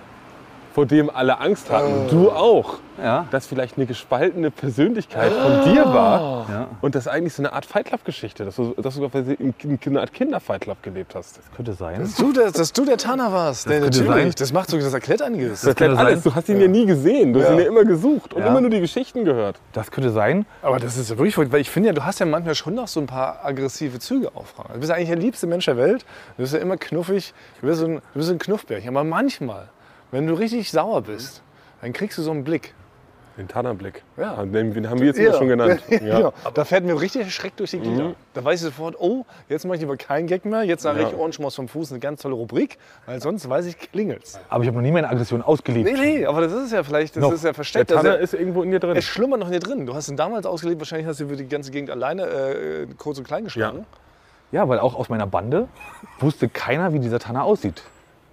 vor dem alle Angst hatten,
Ah.
und du auch,
Ja.
dass vielleicht eine gespaltene Persönlichkeit von
Ah.
dir war und das eigentlich so eine Art Fight Club Geschichte, dass du, dass du quasi in- in eine Art Kinder Fight Club gelebt hast.
könnte sein.
Dass du, der- dass du der Tanner warst. Nee,
könnte
natürlich.
sein.
Das macht so, das erklärt einiges.
Das erklärt
kann
alles.
sein.
Du hast ihn ja nie gesehen. Du hast
Ja.
ihn ja immer gesucht und
Ja.
immer nur die Geschichten gehört.
Das könnte sein.
Aber das ist ja wirklich verrückt, weil ich finde ja, du hast ja manchmal schon noch so ein paar aggressive Züge auf Frank. Du bist ja eigentlich der liebste Mensch der Welt. Du bist ja immer knuffig. Du bist so ein, du bist so ein Knuffbärchen. Aber manchmal, wenn du richtig sauer bist, dann kriegst du so einen Blick.
Den Tannerblick.
Ja.
Ja. Den, den haben wir jetzt immer schon genannt.
Ja. Genau. Da fährt mir richtig der Schreck durch die Glieder.
Mhm.
Da weiß ich sofort, oh, jetzt mache ich lieber keinen Gag mehr. Jetzt sage ich Ohrenschmaus vom Fuß, eine ganz tolle Rubrik. Weil sonst weiß ich, klingelt's.
Aber ich habe noch nie meine Aggression ausgelebt.
Nee, nee, aber das ist ja vielleicht, das
Noch.
ist ja versteckt.
Der
Also-
Tanner ist irgendwo in dir drin.
Es schlummert noch hier drin. Du hast ihn damals ausgelebt, wahrscheinlich hast du über die ganze Gegend alleine äh, kurz und klein geschlagen.
Ja, weil auch aus meiner Bande wusste keiner, wie dieser Tanner aussieht.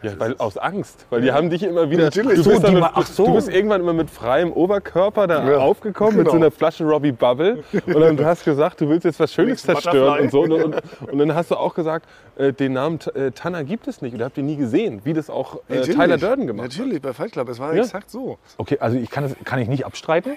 Ja, weil, aus Angst. Weil die haben dich immer wieder.
Natürlich.
du,
So,
bist dann
die
mit,
mal- ach so.
du bist irgendwann immer mit freiem Oberkörper da aufgekommen mit so einer Flasche Robbie Bubble. Und dann hast du gesagt, du willst jetzt was Schönes zerstören und so. Und, und, und dann hast du auch gesagt, äh, den Namen T- äh, Tanner gibt es nicht. Oder habt ihr nie gesehen, wie das auch äh,
Natürlich.
Tyler Durden gemacht hat.
Natürlich, bei Fight Club. Es war
Ja.
exakt so.
Okay, also ich kann es kann ich nicht abstreiten.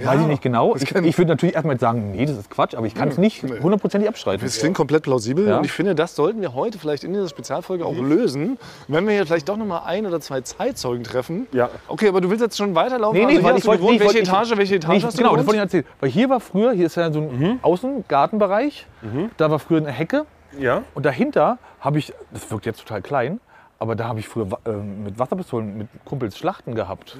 Weiß ich nicht genau. Ich, ich würde natürlich erstmal sagen, nee, das ist Quatsch, aber ich kann es nicht hundertprozentig abstreiten.
Es klingt komplett plausibel
Ja. Mhm.
und ich finde, das sollten wir heute vielleicht in dieser Spezialfolge auch lösen. Wenn wir hier vielleicht doch noch mal ein oder zwei Zeitzeugen treffen.
Ja.
Okay, aber du willst jetzt schon weiterlaufen?
Nee, nee,
also hier
weil
hast
ich
du
wollte-
gewohnt.
nee, ich
welche
wollte-
Etage, welche Etage
Nee,
hast du
genau, das wollte ich
gewohnt? Mhm.
erzählen. Weil hier war früher, hier ist ja so ein Außengartenbereich, da war früher eine Hecke
Ja?
und dahinter habe ich, das wirkt jetzt total klein, aber da habe ich früher wa- ähm, mit Wasserpistolen mit Kumpels Schlachten gehabt.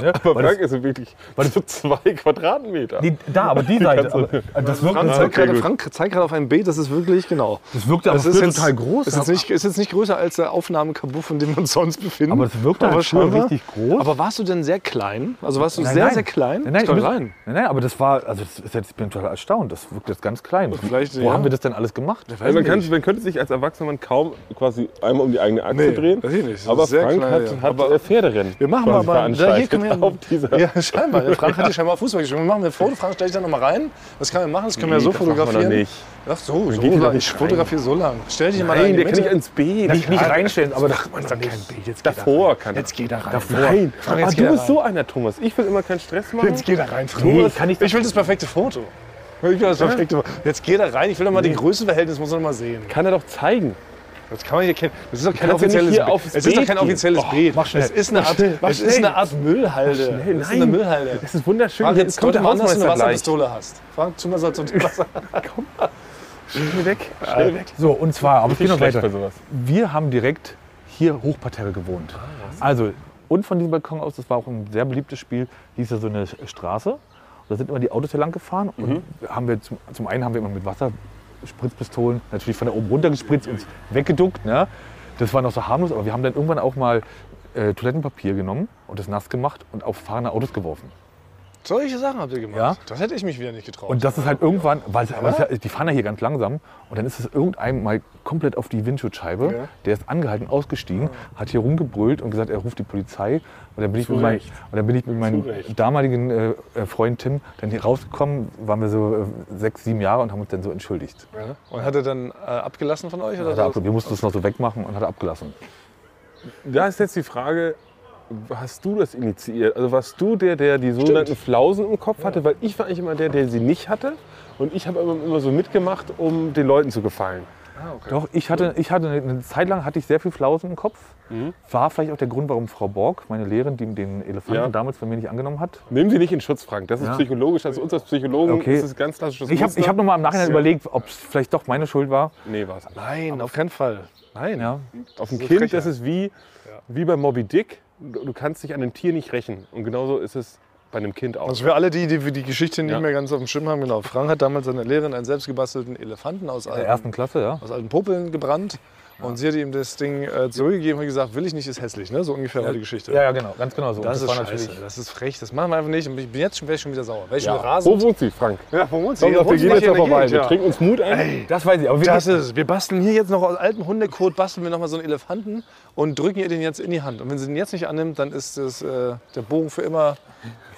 ne?
Aber
Weil das,
Frank ist wirklich so zwei Quadratmeter.
nee, da, aber die Seite. Aber, äh, das, wirkt,
Frank, zeigt
okay,
gerade,
gut.
Frank zeigt gerade auf ein Bild, das ist wirklich, genau.
das wirkte aber
Das ist
früher
jetzt,
total groß.
Ist jetzt, nicht, ist jetzt nicht größer als der Aufnahmekabuff, in dem wir uns sonst befinden.
Aber es wirkt halt schon
scheinbar-
richtig groß.
Aber warst du denn sehr klein? Also warst du sehr, sehr klein? Das
Nein, nein, ich
kann
muss,
rein.
nein, nein, aber das war, also das ist jetzt, ich bin total erstaunt. Das wirkt jetzt ganz klein.
Vielleicht,
Wo
ja.
haben wir das denn alles gemacht?
Also man, kann, man könnte sich als Erwachsener Mann kaum quasi einmal um die eigene
Nee,
Achse drehen.
das geht nicht. Das
aber
ist sehr
Frank
klein,
hat,
ja.
hat aber Pferderennen.
Wir machen mal,
quasi
mal da, hier
veranstaltet
können wir,
auf dieser.
Ja, scheinbar. Der Frank hat ja scheinbar Fußball gespielt. Wir machen ein Foto. Frank, stell dich da nochmal rein. Das kann man machen. Das können wir
Nee,
so
das machen wir doch
fotografieren.
nicht.
Ach so, so
geht die doch
lang.
nicht
ich
rein.
fotografiere so lang. Stell dich mal da
Nein,
in die
der kann nicht
Mitte.
ins B.
Nicht, nicht reinstellen, aber das man
Nein, kein Bild. Jetzt geht
davor kann er.
Jetzt geht er rein.
Nein,
Frank, jetzt
aber
geht
du
er
bist
rein.
so einer, Thomas. Ich will immer keinen Stress machen.
Jetzt geht er rein, Frank.
Nee, kann ich
ich will das perfekte Foto. Ich will das perfekte Foto. Jetzt geht er rein. Ich will doch mal die Größenverhältnis, muss man mal sehen.
Kann er doch zeigen.
Das kann man hier kennen. Das ist doch kein
kannst ja nicht
offizielles
hier
Beet.
aufs
Es ist doch
Beet
kein
gehen.
offizielles
Oh,
Beet.
mach schnell,
Es ist eine Art,
mach
es ist
schnell.
eine Art Müllhalde.
Schnell,
Es ist eine
nein.
Müllhalde.
Das ist wunderschön.
Frank, jetzt kommt der Mann, dass du eine
gleich.
Wasserpistole hast. Frank, tu mal so zum Wasser.
Schnell weg. Schnell weg.
So, und zwar, aber es geht noch
schlecht bei
weiter.
sowas.
Wir haben direkt hier Hochparterre gewohnt.
Ah,
Also, und von diesem Balkon aus, das war auch ein sehr beliebtes Spiel, hieß ja so eine Straße. Und da sind immer die Autos hier lang gefahren und
Mhm.
haben wir zum, zum einen haben wir immer mit Wasserspritzpistolen natürlich von da oben runter gespritzt und weggeduckt. Ne? Das war noch so harmlos, aber wir haben dann irgendwann auch mal äh, Toilettenpapier genommen und das nass gemacht und auf fahrende Autos geworfen.
Solche Sachen habt ihr gemacht.
Ja.
Das hätte ich mich wieder nicht getraut.
Und das ist halt irgendwann, weil weil es ja, die fahren ja hier ganz langsam und dann ist es irgendeinem mal komplett auf die Windschutzscheibe.
Ja.
Der ist angehalten, ausgestiegen, hat hier rumgebrüllt und gesagt, er ruft die Polizei. Und dann bin ich, mit, mein,
Recht.
und dann bin ich mit meinem
Recht.
damaligen äh, äh, Freund Tim dann hier rausgekommen, waren wir so äh, sechs, sieben Jahre und haben uns dann so entschuldigt.
ja. und hat er dann äh, abgelassen von euch? Oder
Hat er abge- wir mussten es noch so wegmachen und hat er abgelassen.
Da ist jetzt die Frage, hast du das initiiert? Also warst du der, der die sogenannten Flausen im Kopf hatte? Weil ich war eigentlich immer der, der sie nicht hatte. Und ich habe immer, immer so mitgemacht, um den Leuten zu gefallen.
Doch, ich hatte, ich hatte eine, eine Zeit lang hatte ich sehr viel Flausen im Kopf. War vielleicht auch der Grund, warum Frau Borg, meine Lehrerin, die den Elefanten
Ja.
damals bei mir nicht angenommen hat,
Nimm sie nicht in Schutz, Frank. Das ist
Ja.
psychologisch. Also uns als Psychologen
Okay.
ist es ganz klassisches
Also Ich habe
Muster.
ich hab nochmal im Nachhinein überlegt, ob es vielleicht doch meine Schuld war.
Nee, war's nicht.
Nein, auf keinen Fall. Nein.
Ja.
Auf dem
eine
Kind
Frechheit.
das ist wie, wie bei Moby Dick. Du, du kannst dich an einem Tier nicht rächen. Und genauso ist es bei einem Kind auch.
Also für alle, die die, die Geschichte nicht
Ja.
mehr ganz auf dem Schirm haben, genau. Frank hat damals seiner Lehrerin einen selbstgebastelten Elefanten aus
In der
alten,
ersten Klasse, ja.
aus alten Popeln gebrannt. Und sie hat ihm das Ding äh, zurückgegeben und gesagt, will ich nicht, ist hässlich. Ne? So ungefähr war die Geschichte.
Ja, ja, genau, ganz genau so. Und
Das, ist
war
scheiße, das ist frech, das machen wir einfach nicht. Und ich bin jetzt schon, wäre ich schon wieder sauer. Wäre ich schon
Wo
rasend.
wohnt sie, Frank?
Ja, wo wohnt sie?
Komm,
Wo
doch, wir
wohnt sie?
gehen jetzt
Hier in
noch
der
vorbei.
Gegend,
Wir
ja.
trinken uns Mut ein.
Das weiß ich, aber wir-
Das ist, wir basteln hier jetzt noch aus altem Hundekot, basteln wir nochmal so einen Elefanten und drücken ihr den jetzt in die Hand. Und wenn sie den jetzt nicht annimmt, dann ist das, äh, der Bogen für immer,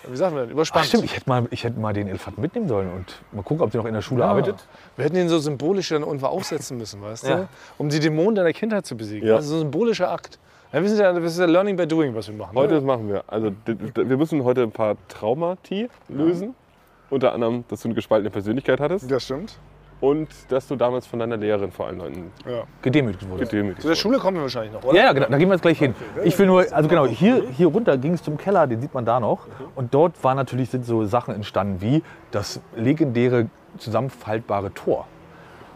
wie sagen wir denn,
Ach,
überspannt.
stimmt, ich hätte, mal, ich hätte mal den Elefanten mitnehmen sollen und mal gucken, ob der noch in der Schule arbeitet.
Wir hätten ihn so symbolisch dann irgendwo aufsetzen müssen, weißt du? Um die Dämonen deiner Kindheit zu besiegen.
Ja.
Das ist so ein symbolischer Akt. Ja, wir sind ja, das ist ja Learning by Doing, was wir machen. ne?
Heute das machen wir. Also d- d- wir müssen heute ein paar Traumati lösen. Unter anderem, dass du eine gespaltene Persönlichkeit hattest
Das stimmt.
und dass du damals von deiner Lehrerin vor allen Leuten
Gedemütigt wurde.
gedemütigt
Zu der
wurdest.
Schule kommen wir wahrscheinlich noch, oder?
Ja, ja, genau, da gehen wir jetzt gleich hin. Ich will nur, also genau, hier, hier runter ging es zum Keller, den sieht man da noch. Und dort waren natürlich sind so Sachen entstanden wie das legendäre zusammenfaltbare Tor.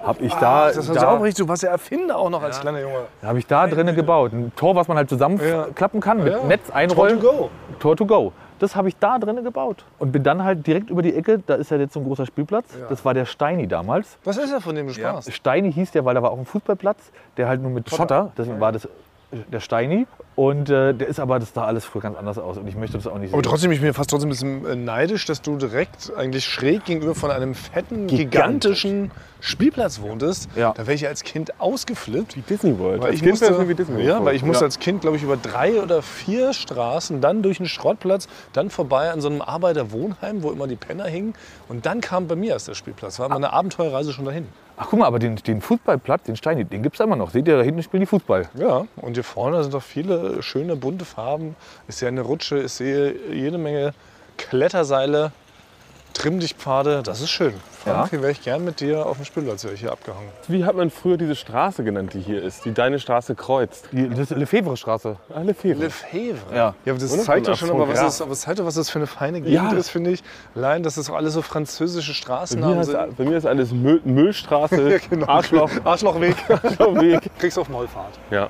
Habe ich da,
Das ist
da,
auch richtig. Du warst ja Erfinder auch noch als kleiner Junge.
hab ich da drinnen gebaut. Ein Tor, was man halt zusammenklappen kann, mit
Ja.
Netz einrollen.
Tor to go.
Tor to go. Das habe ich da drinnen gebaut. Und bin dann halt direkt über die Ecke, da ist ja jetzt so ein großer Spielplatz. Das war der Steini damals.
Was ist ja von dem du sprachst?
Steini hieß der, weil da war auch ein Fußballplatz, der halt nur mit Schotter, das war das, der Steini. Und äh, der ist aber, das sah alles früher ganz anders aus. Und ich möchte das auch nicht
Aber
sehen.
trotzdem, ich bin mir fast trotzdem ein bisschen äh, neidisch, dass du direkt eigentlich schräg gegenüber von einem fetten,
Gigantisch.
gigantischen Spielplatz wohntest.
Ja.
Da wäre ich als Kind ausgeflippt.
Wie Disney World.
Weil
Als
ich,
Kind wär's
musste,
mir wie Disney World
ja, weil ich
vorgekommen.
musste als Kind, glaube ich, über drei oder vier Straßen, dann durch einen Schrottplatz, dann vorbei an so einem Arbeiterwohnheim, wo immer die Penner hingen. Und dann kam bei mir erst der Spielplatz. War meine Abenteuerreise schon dahin.
Ach guck mal, aber den, den Fußballplatz, den Steini, den gibt es immer noch. Seht ihr, da hinten spielen die Fußball.
Ja, und hier vorne sind doch viele schöne bunte Farben. Ich sehe eine Rutsche, ich sehe jede Menge Kletterseile, Trimm-dich-Pfade. Das ist schön. Frank,
Ja.
hier wäre ich gern mit dir auf dem Spielplatz wäre ich hier abgehangen.
Wie hat man früher diese Straße genannt, die hier ist, die deine Straße kreuzt?
Die, das ist Lefebvre-Straße.
Alle Fehler.
Lefebvre.
Ja.
Ja, aber das
Und
zeigt
von
doch schon, aber was,
Afro
das, aber es zeigt doch, was das für eine feine Gegend
Ja.
ist, finde ich. Allein, dass das auch alles so französische
Bei mir,
Straßennamen
heißt,
sind. genau.
bei mir ist alles Müll, Müllstraße, Arschloch,
Arschlochweg.
Arschlochweg.
Kriegst auf Maulfahrt.
Ja.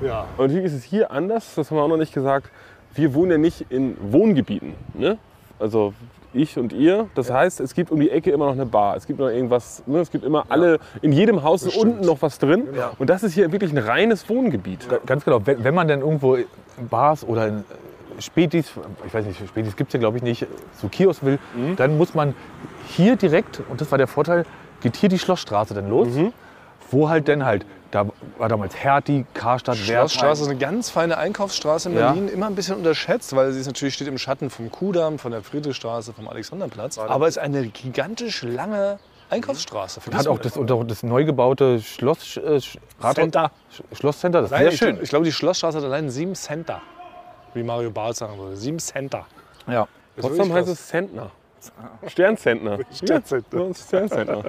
Ja.
Und wie ist es hier anders? Das haben wir auch noch nicht gesagt. Wir wohnen ja nicht in Wohngebieten. Ne? Also ich und ihr. Das heißt, es gibt um die Ecke immer noch eine Bar. Es gibt noch irgendwas. Ne? Es gibt immer alle. In jedem Haus ist unten noch was drin.
Genau.
Und das ist hier wirklich ein reines Wohngebiet.
Ga- Ganz genau, wenn, wenn man dann irgendwo in Bars oder in äh, Spätis, ich weiß nicht, Spätis gibt es ja glaube ich nicht, so Kiosk will,
Mhm.
dann muss man hier direkt, und das war der Vorteil, geht hier die Schlossstraße dann los,
Mhm.
wo halt dann halt, da war damals Hertie, Karstadt,
Schlossstraße
Wertheim.
ist eine ganz feine Einkaufsstraße in
Ja.
Berlin, immer ein bisschen unterschätzt, weil sie ist natürlich steht im Schatten vom Kudamm, von der Friedrichstraße, vom Alexanderplatz. Aber es ist eine gigantisch lange Einkaufsstraße.
Hat auch das, unter- das neu gebaute Schloss, äh, Sch- Rathaus-
Center.
Sch- Schlosscenter, das ist
Nein,
sehr
ich,
schön.
Ich glaube, die Schlossstraße hat allein sieben Center. Wie Mario Barth sagen würde. Sieben Center.
Ja.
Trotzdem heißt es Centner. Sternzentner.
Sternzentner.
Ja, Sternzentner.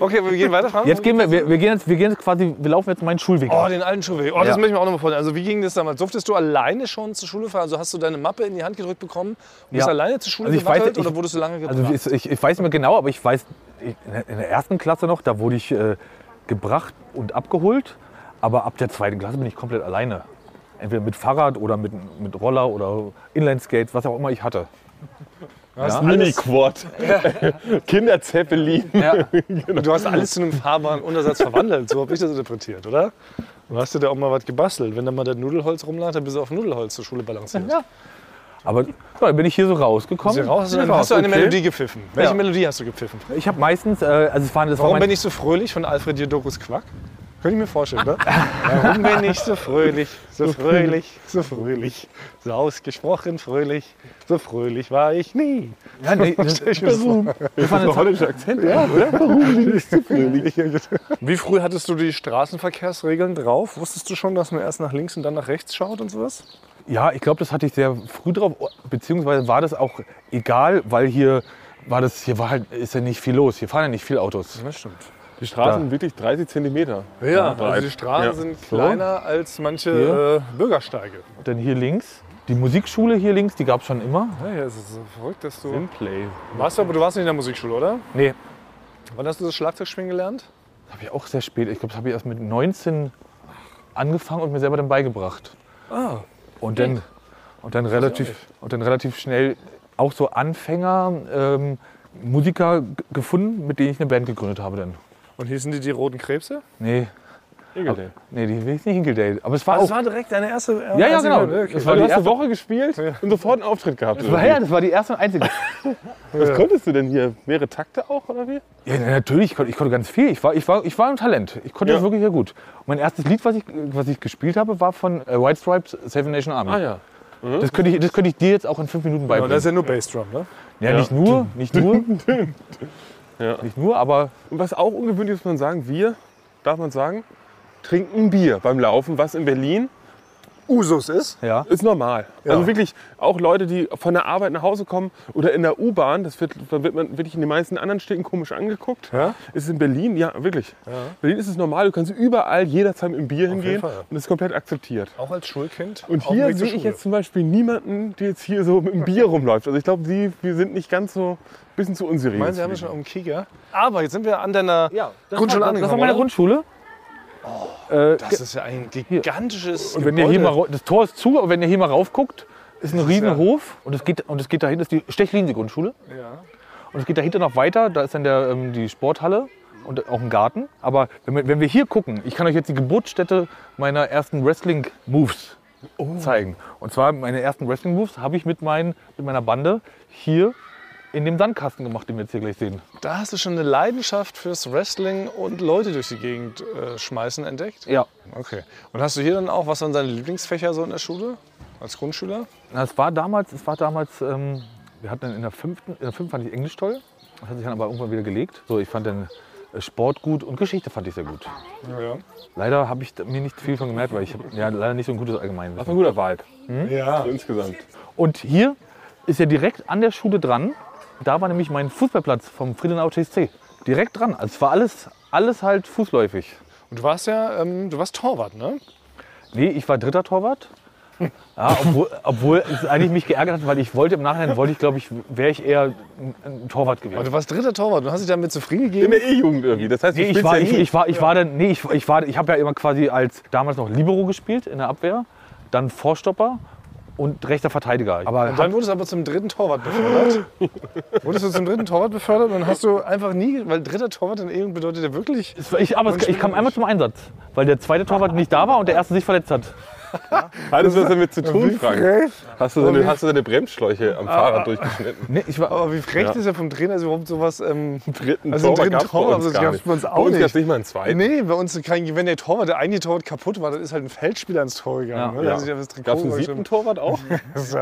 Okay, wir gehen weiter, Frank.
Jetzt gehen wir, wir, wir gehen jetzt, wir gehen jetzt quasi, wir laufen jetzt meinen Schulweg.
Oh,
ab.
den alten Schulweg. Oh, das
Ja.
möchte ich mir auch nochmal vorstellen. Also, wie ging das damals? Durftest du alleine schon zur Schule fahren? Also, hast du deine Mappe in die Hand gedrückt bekommen? Und bist
Ja.
alleine zur Schule
Also ich weiß-
gewackelt
ich-
oder wurdest du lange gebracht?
Also ich, ich, ich weiß nicht mehr genau, aber ich weiß, ich- in der- in der ersten Klasse noch, da wurde ich äh, gebracht und abgeholt. Aber ab der zweiten Klasse bin ich komplett alleine. Entweder mit Fahrrad oder mit, mit Roller oder Inlineskates, was auch immer ich hatte.
Uniquad. Kinderzeppelin.
genau.
Du hast alles zu einem fahrbaren Untersatz verwandelt. So habe ich das interpretiert, oder? Du hast dir da auch mal was gebastelt. Wenn da mal der Nudelholz rumlag, dann bist du auf Nudelholz zur Schule balanciert.
Ja. Aber ja, dann bin ich hier so rausgekommen.
Raus, hast, du,
Hier
dann hast du eine
okay.
Melodie gepfiffen? Welche
Ja.
Melodie hast du gepfiffen?
Ich habe meistens, äh, also es waren, das war
Warum
mein,
bin ich so fröhlich von Alfred Jodokus Quack? Könnte ich mir vorstellen, ne? Warum bin ich so fröhlich, so fröhlich, so fröhlich, so ausgesprochen fröhlich, so fröhlich war ich nie.
ja, nee, das,
Stell ich mir das vor.
das war eine Zeit,
Holländischer Akzent, ja.
Wie früh hattest du die Straßenverkehrsregeln drauf? Wusstest du schon, dass man erst nach links und dann nach rechts schaut und sowas?
ja, ich glaube, das hatte ich sehr früh drauf, beziehungsweise war das auch egal, weil hier war das, hier war halt, ist ja nicht viel los, hier fahren ja nicht viel Autos.
Das stimmt.
Die Straßen wirklich 30 Zentimeter.
Ja, also
breit.
die Straßen
Ja.
sind kleiner als manche äh, Bürgersteige.
Dann hier links, die Musikschule hier links, die gab es schon immer.
Ja, ja, es ist so verrückt, dass du...
Simplay.
Warst du, aber du warst nicht in der Musikschule, oder?
Nee,
Wann hast du das Schlagzeugspielen gelernt?
Habe ich auch sehr spät. Ich glaube, das habe ich erst mit 19 angefangen und mir selber dann beigebracht.
Ah,
Und dann, und dann, relativ, und dann relativ schnell auch so Anfänger, ähm, Musiker g- gefunden, mit denen ich eine Band gegründet habe dann.
Und hießen die die Roten Krebse?
Nee,
Egal.
nee, die will ich nicht hingedellt. Aber es war auch.
Also war direkt deine erste.
ja, genau.
Okay.
Weil
Das war die
du hast
erste
eine Woche gespielt und sofort einen Auftritt gehabt.
Das war, ja, das war die erste und einzige.
Was konntest du denn hier? Mehrere Takte auch oder wie?
Ja, na, natürlich, ich konnte, ich konnte ganz viel. Ich war, ich, war, ich war ein Talent. Ich konnte
Ja.
das wirklich sehr gut. Und mein erstes Lied, was ich, was ich gespielt habe, war von äh, White Stripes, Seven Nation Army.
ja.
Das könnte, ich, das könnte ich dir jetzt auch in fünf Minuten
Genau,
beibringen.
das ist ja nur Bassdrum, ne?
Ja, nicht nur, nicht nur. Nicht nur, aber
Und was auch ungewöhnlich ist, muss man sagen, wir, darf man sagen, trinken Bier beim Laufen, was in Berlin
Usus ist.
ja.
ist normal. Also wirklich auch Leute, die von der Arbeit nach Hause kommen oder in der U-Bahn, das wird, da wird man wirklich in den meisten anderen Städten komisch angeguckt.
Ja?
Ist es in Berlin, ja, wirklich. Berlin ist es normal, du kannst überall jederzeit mit dem Bier hingehen
Fall, ja.
und das ist komplett akzeptiert.
Auch als Schulkind.
Und
auf dem
hier
Weg zur
sehe ich
Schule.
jetzt zum Beispiel niemanden, der jetzt hier so mit dem Bier rumläuft. Also ich glaube, sie wir sind nicht ganz so, ein bisschen zu unseriös.
Meinen Sie, haben wir schon auf dem Kieger? Aber jetzt sind wir an deiner
das
Grundschule
war, Das war
angekommen.
meine
oder?
Grundschule. äh,
das ist ja ein gigantisches.
und wenn ihr hier mal, rau- das Tor ist zu, aber wenn ihr hier mal raufguckt, ist ein Riesenhof und es geht und es geht dahin, das ist die Stechlinse Grundschule
Ja.
und es geht dahinter noch weiter, da ist dann der, ähm, die Sporthalle und auch ein Garten. Aber wenn wir, wenn wir hier gucken, ich kann euch jetzt die Geburtsstätte meiner ersten Wrestling Moves zeigen. Und zwar meine ersten Wrestling Moves habe ich mit, meinen, mit meiner Bande hier in dem Sandkasten gemacht, den wir jetzt hier gleich sehen.
Da hast du schon eine Leidenschaft fürs Wrestling und Leute durch die Gegend äh, schmeißen entdeckt.
Ja,
Okay. Und hast du hier dann auch, was waren deine Lieblingsfächer so in der Schule? Als Grundschüler?
Na, es war damals, es war damals, ähm, wir hatten in der fünften, in der fünften fand ich Englisch toll. Das hat sich dann aber irgendwann wieder gelegt. So, ich fand dann äh, Sport gut und Geschichte fand ich sehr gut.
Ja.
Leider habe ich da- mir nicht viel von gemerkt, weil ich hab, ja, leider nicht so ein gutes Allgemeinwissen.
ein guter Vibe
Ja.
insgesamt.
Und hier ist ja direkt an der Schule dran. Da war nämlich mein Fußballplatz vom Friedenau TSC. Direkt dran. Also es war alles, alles halt fußläufig.
Und du warst ja, ähm, du warst Torwart, ne?
Nee, ich war dritter Torwart. Ja, obwohl, obwohl es eigentlich mich geärgert hat, weil ich wollte im Nachhinein, wollte ich glaube ich, wäre ich eher ein, ein Torwart gewesen.
Aber du warst dritter Torwart und hast dich damit zufrieden gegeben?
In der E-Jugend eh irgendwie. Das heißt, du
Nee, ich
spielst
war, eh
ja
ich,
nie.
ich war, ich war dann, nee, ich, ich war, ich habe ja immer quasi als damals noch Libero gespielt in der Abwehr, dann Vorstopper und rechter Verteidiger. Aber
Und dann wurdest du aber zum dritten Torwart befördert. wurdest du zum dritten Torwart befördert und hast du einfach nie, weil dritter Torwart in Ehren bedeutet ja wirklich.
es war- ich, aber es, ich kam einmal zum Einsatz, weil der zweite Torwart nicht da war und der erste sich verletzt hat.
Hattest du was damit zu tun, Frank? Hast du, deine, hast du deine Bremsschläuche
Ah,
am Fahrrad durchgeschnitten?
Nee, ich war,
Aber wie frech das ist ja vom Trainer, also überhaupt sowas. Ähm,
Dritten
Also einen dritten
gab's
Torwart, also das
gar
gab's
nicht.
bei uns auch
Bei uns gab's
nicht.
nicht mal einen zweiten.
nee, bei uns kein, wenn der Torwart, der eigentliche Torwart kaputt war, dann ist halt ein Feldspieler ins Tor gegangen.
Ja.
ne? Da
Ja.
hat sich einfach das Trikot
Gab es einen
übergeschrieben.
siebten Torwart auch?
Das ist ja,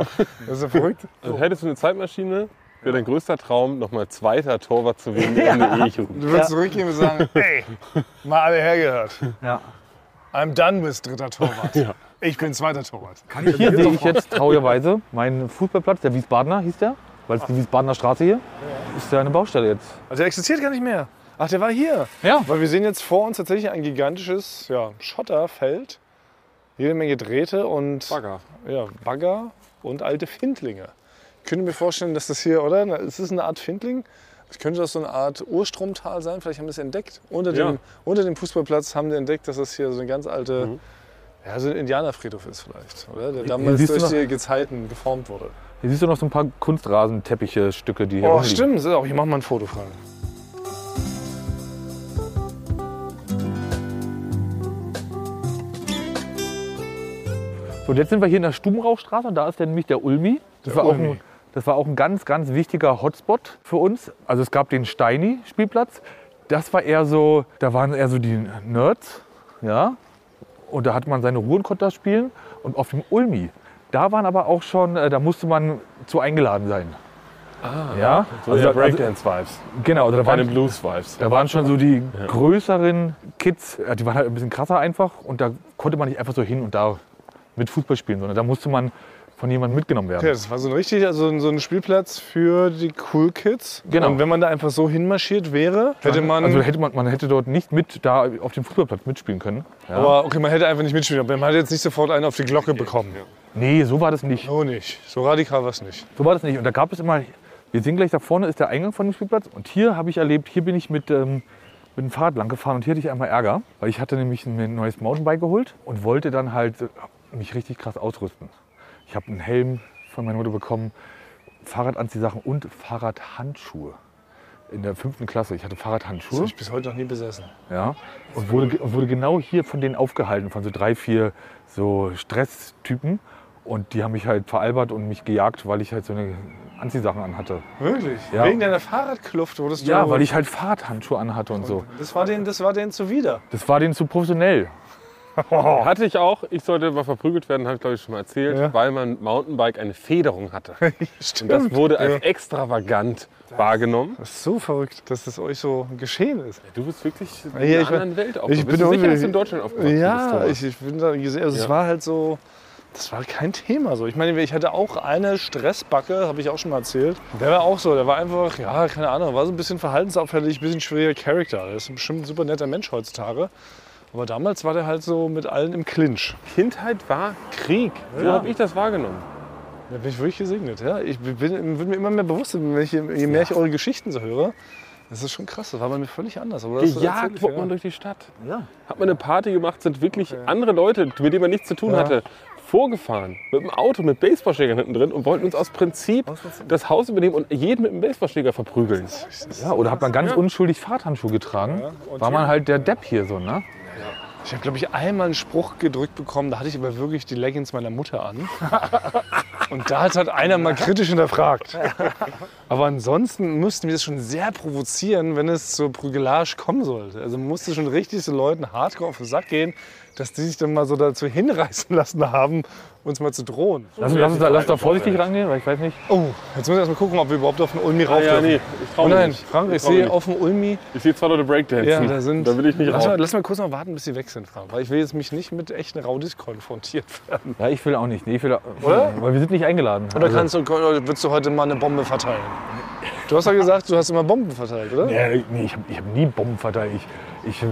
das ist ja verrückt.
Also hättest du eine Zeitmaschine, wäre dein größter Traum, nochmal zweiter Torwart zu werden in der E-Jugend.
Du würdest zurückgehen und sagen, ey, mal alle hergehört.
ja.
I'm done with dritter Torwart. Ich bin zweiter Torwart.
Hier sehe ich jetzt traurigerweise meinen Fußballplatz, der Wiesbadener hieß der, weil es die Wiesbadener Straße hier ist ja eine Baustelle jetzt.
Also der existiert gar nicht mehr. Ach, der war hier.
Ja.
Weil wir sehen jetzt vor uns tatsächlich ein gigantisches ja, Schotterfeld. Jede Menge Drähte und
Bagger.
Ja, Bagger und alte Findlinge. Ich könnte mir vorstellen, dass das hier, oder? Na, Es ist eine Art Findling. Es könnte das so eine Art Urstromtal sein. Vielleicht haben wir es entdeckt. Unter dem,
Ja.
unter dem Fußballplatz haben wir entdeckt, dass das hier so eine ganz alte,
Mhm.
ja, so ein Indianerfriedhof ist vielleicht, oder? Der damals
siehst du
durch
noch-
die Gezeiten geformt wurde.
Hier siehst du noch so ein paar Kunstrasenteppiche, Stücke, die hier
Oh,
rumliegen.
stimmt. So, Ich mache mal ein Foto, Frank.
So, und jetzt sind wir hier in der Stubenrauchstraße und da ist dann nämlich der Ulmi. Das war, auch ein, das war auch ein ganz, ganz wichtiger Hotspot für uns. Also es gab den Steini-Spielplatz. Das war eher so, da waren eher so die Nerds, ja. Und da hatte man seine Ruhe und konnte da spielen. Und auf dem Ulmi, da waren aber auch schon, äh, da musste man zu eingeladen sein. Ah, ja.
Also ja,
da-
Breakdance-Vibes,
genau, also da
keine
waren,
Blues-Vibes.
da waren schon so die größeren Kids, ja, die waren halt ein bisschen krasser einfach und da konnte man nicht einfach so hin und da mit Fußball spielen, sondern da musste man von jemandem mitgenommen werden.
Ja, das war so ein richtig, also ein- so ein Spielplatz für die Cool Kids.
Genau.
Und wenn man da einfach so hinmarschiert wäre, hätte man.
also hätte man, man hätte dort nicht mit da auf dem Fußballplatz mitspielen können.
aber okay, man hätte einfach nicht mitspielen, aber man hat jetzt nicht sofort einen auf die Glocke bekommen.
Nee, so war das nicht.
So nicht. So radikal war es nicht.
So war das nicht. Und da gab es immer, wir sehen gleich da vorne ist der Eingang von dem Spielplatz und hier habe ich erlebt, hier bin ich mit, ähm, mit dem Fahrrad lang gefahren und hier hatte ich einmal Ärger, weil ich hatte nämlich mir ein neues Mountainbike geholt und wollte dann halt äh, mich richtig krass ausrüsten. Ich habe einen Helm von meiner Mutter bekommen, Fahrradanziehsachen und Fahrradhandschuhe. In der fünften Klasse. Ich hatte
Das
Fahrradhandschuhe.
habe ich bis heute noch nie besessen.
Ja, und wurde, ge- und wurde genau hier von denen aufgehalten, von so drei, vier so Stresstypen. Und die haben mich halt veralbert und mich gejagt, weil ich halt so eine Anziehsachen anhatte.
Wirklich?
Ja.
Wegen deiner Fahrradkluft wurdest du.
Ja, weil ich halt Fahrradhandschuhe anhatte und so.
Das war denen, das war denen zuwider.
Das war denen zu professionell.
Hatte ich auch. Ich sollte mal verprügelt werden, habe ich glaube ich schon mal erzählt, weil mein Mountainbike eine Federung hatte. Und
Stimmt.
das wurde als extravagant wahrgenommen.
Das ist so verrückt, dass das euch so geschehen ist.
Du bist wirklich in
Ja, ich
einer
war-
anderen Welt aufgewachsen.
ich
Bist
bin
du sicher, dass du
irgendwie-
in Deutschland aufgewachsen bist?
Ja,
Thomas?
ich, ich bin da gesehen. Also es war halt so, das war kein Thema so. Ich meine, ich hatte auch eine Stressbacke, habe ich auch schon mal erzählt. Der war auch so, der war einfach, ja, keine Ahnung, war so ein bisschen verhaltensauffällig, ein bisschen schwieriger Charakter. Der ist bestimmt ein super netter Mensch heutzutage. Aber damals war der halt so mit allen im Clinch.
Kindheit war Krieg. So habe ich das wahrgenommen.
Da bin ich wirklich gesegnet, ja. Ich bin, bin mir immer mehr bewusst, wenn ich, je mehr ich eure Geschichten so höre. Das ist schon krass, das war bei mir völlig anders. Aber das
Gejagt
erzähl ich,
wurde man durch die Stadt. Hat man eine Party gemacht, sind wirklich andere Leute, mit denen man nichts zu tun hatte, vorgefahren mit dem Auto mit Baseballschlägern hinten drin und wollten uns aus Prinzip das Haus übernehmen und jeden mit dem Baseballschläger verprügeln.
Ja, oder hat man ganz unschuldig Fahrradhandschuhe getragen? War man halt der Depp hier so, ne?
Ich habe, glaube ich, einmal einen Spruch gedrückt bekommen, da hatte ich aber wirklich die Leggings meiner Mutter an. Und da hat halt einer mal kritisch hinterfragt. Aber ansonsten müssten wir es schon sehr provozieren, wenn es zur Prügelage kommen sollte. Also man musste schon richtig so Leuten hardcore auf den Sack gehen, dass die sich dann mal so dazu hinreißen lassen haben, uns mal zu drohen.
Lass, lass, uns da, lass da vorsichtig rangehen, weil ich weiß nicht.
Oh, jetzt müssen wir erst mal gucken, ob wir überhaupt auf den
Ah,
Ulmi rauf dürfen.
ich
Oh nein, Frank, ich sehe auf dem Ulmi,
Ich sehe zwei Leute Breakdancen.
ja, da sind.
will ich nicht
lass, mal,
rauf.
lass mal kurz noch warten, bis sie weg sind, Frank. Weil ich will jetzt mich nicht mit echten Raudis konfrontiert werden.
Ja, ich will auch nicht. Nee, ich will, Oder? Weil wir sind nicht eingeladen. Also
Oder kannst du, oder willst du heute mal eine Bombe verteilen? Du hast ja gesagt, du hast immer Bomben verteilt, oder?
Ja, nee, ich habe ich hab nie Bomben verteilt. Ich, ich, äh,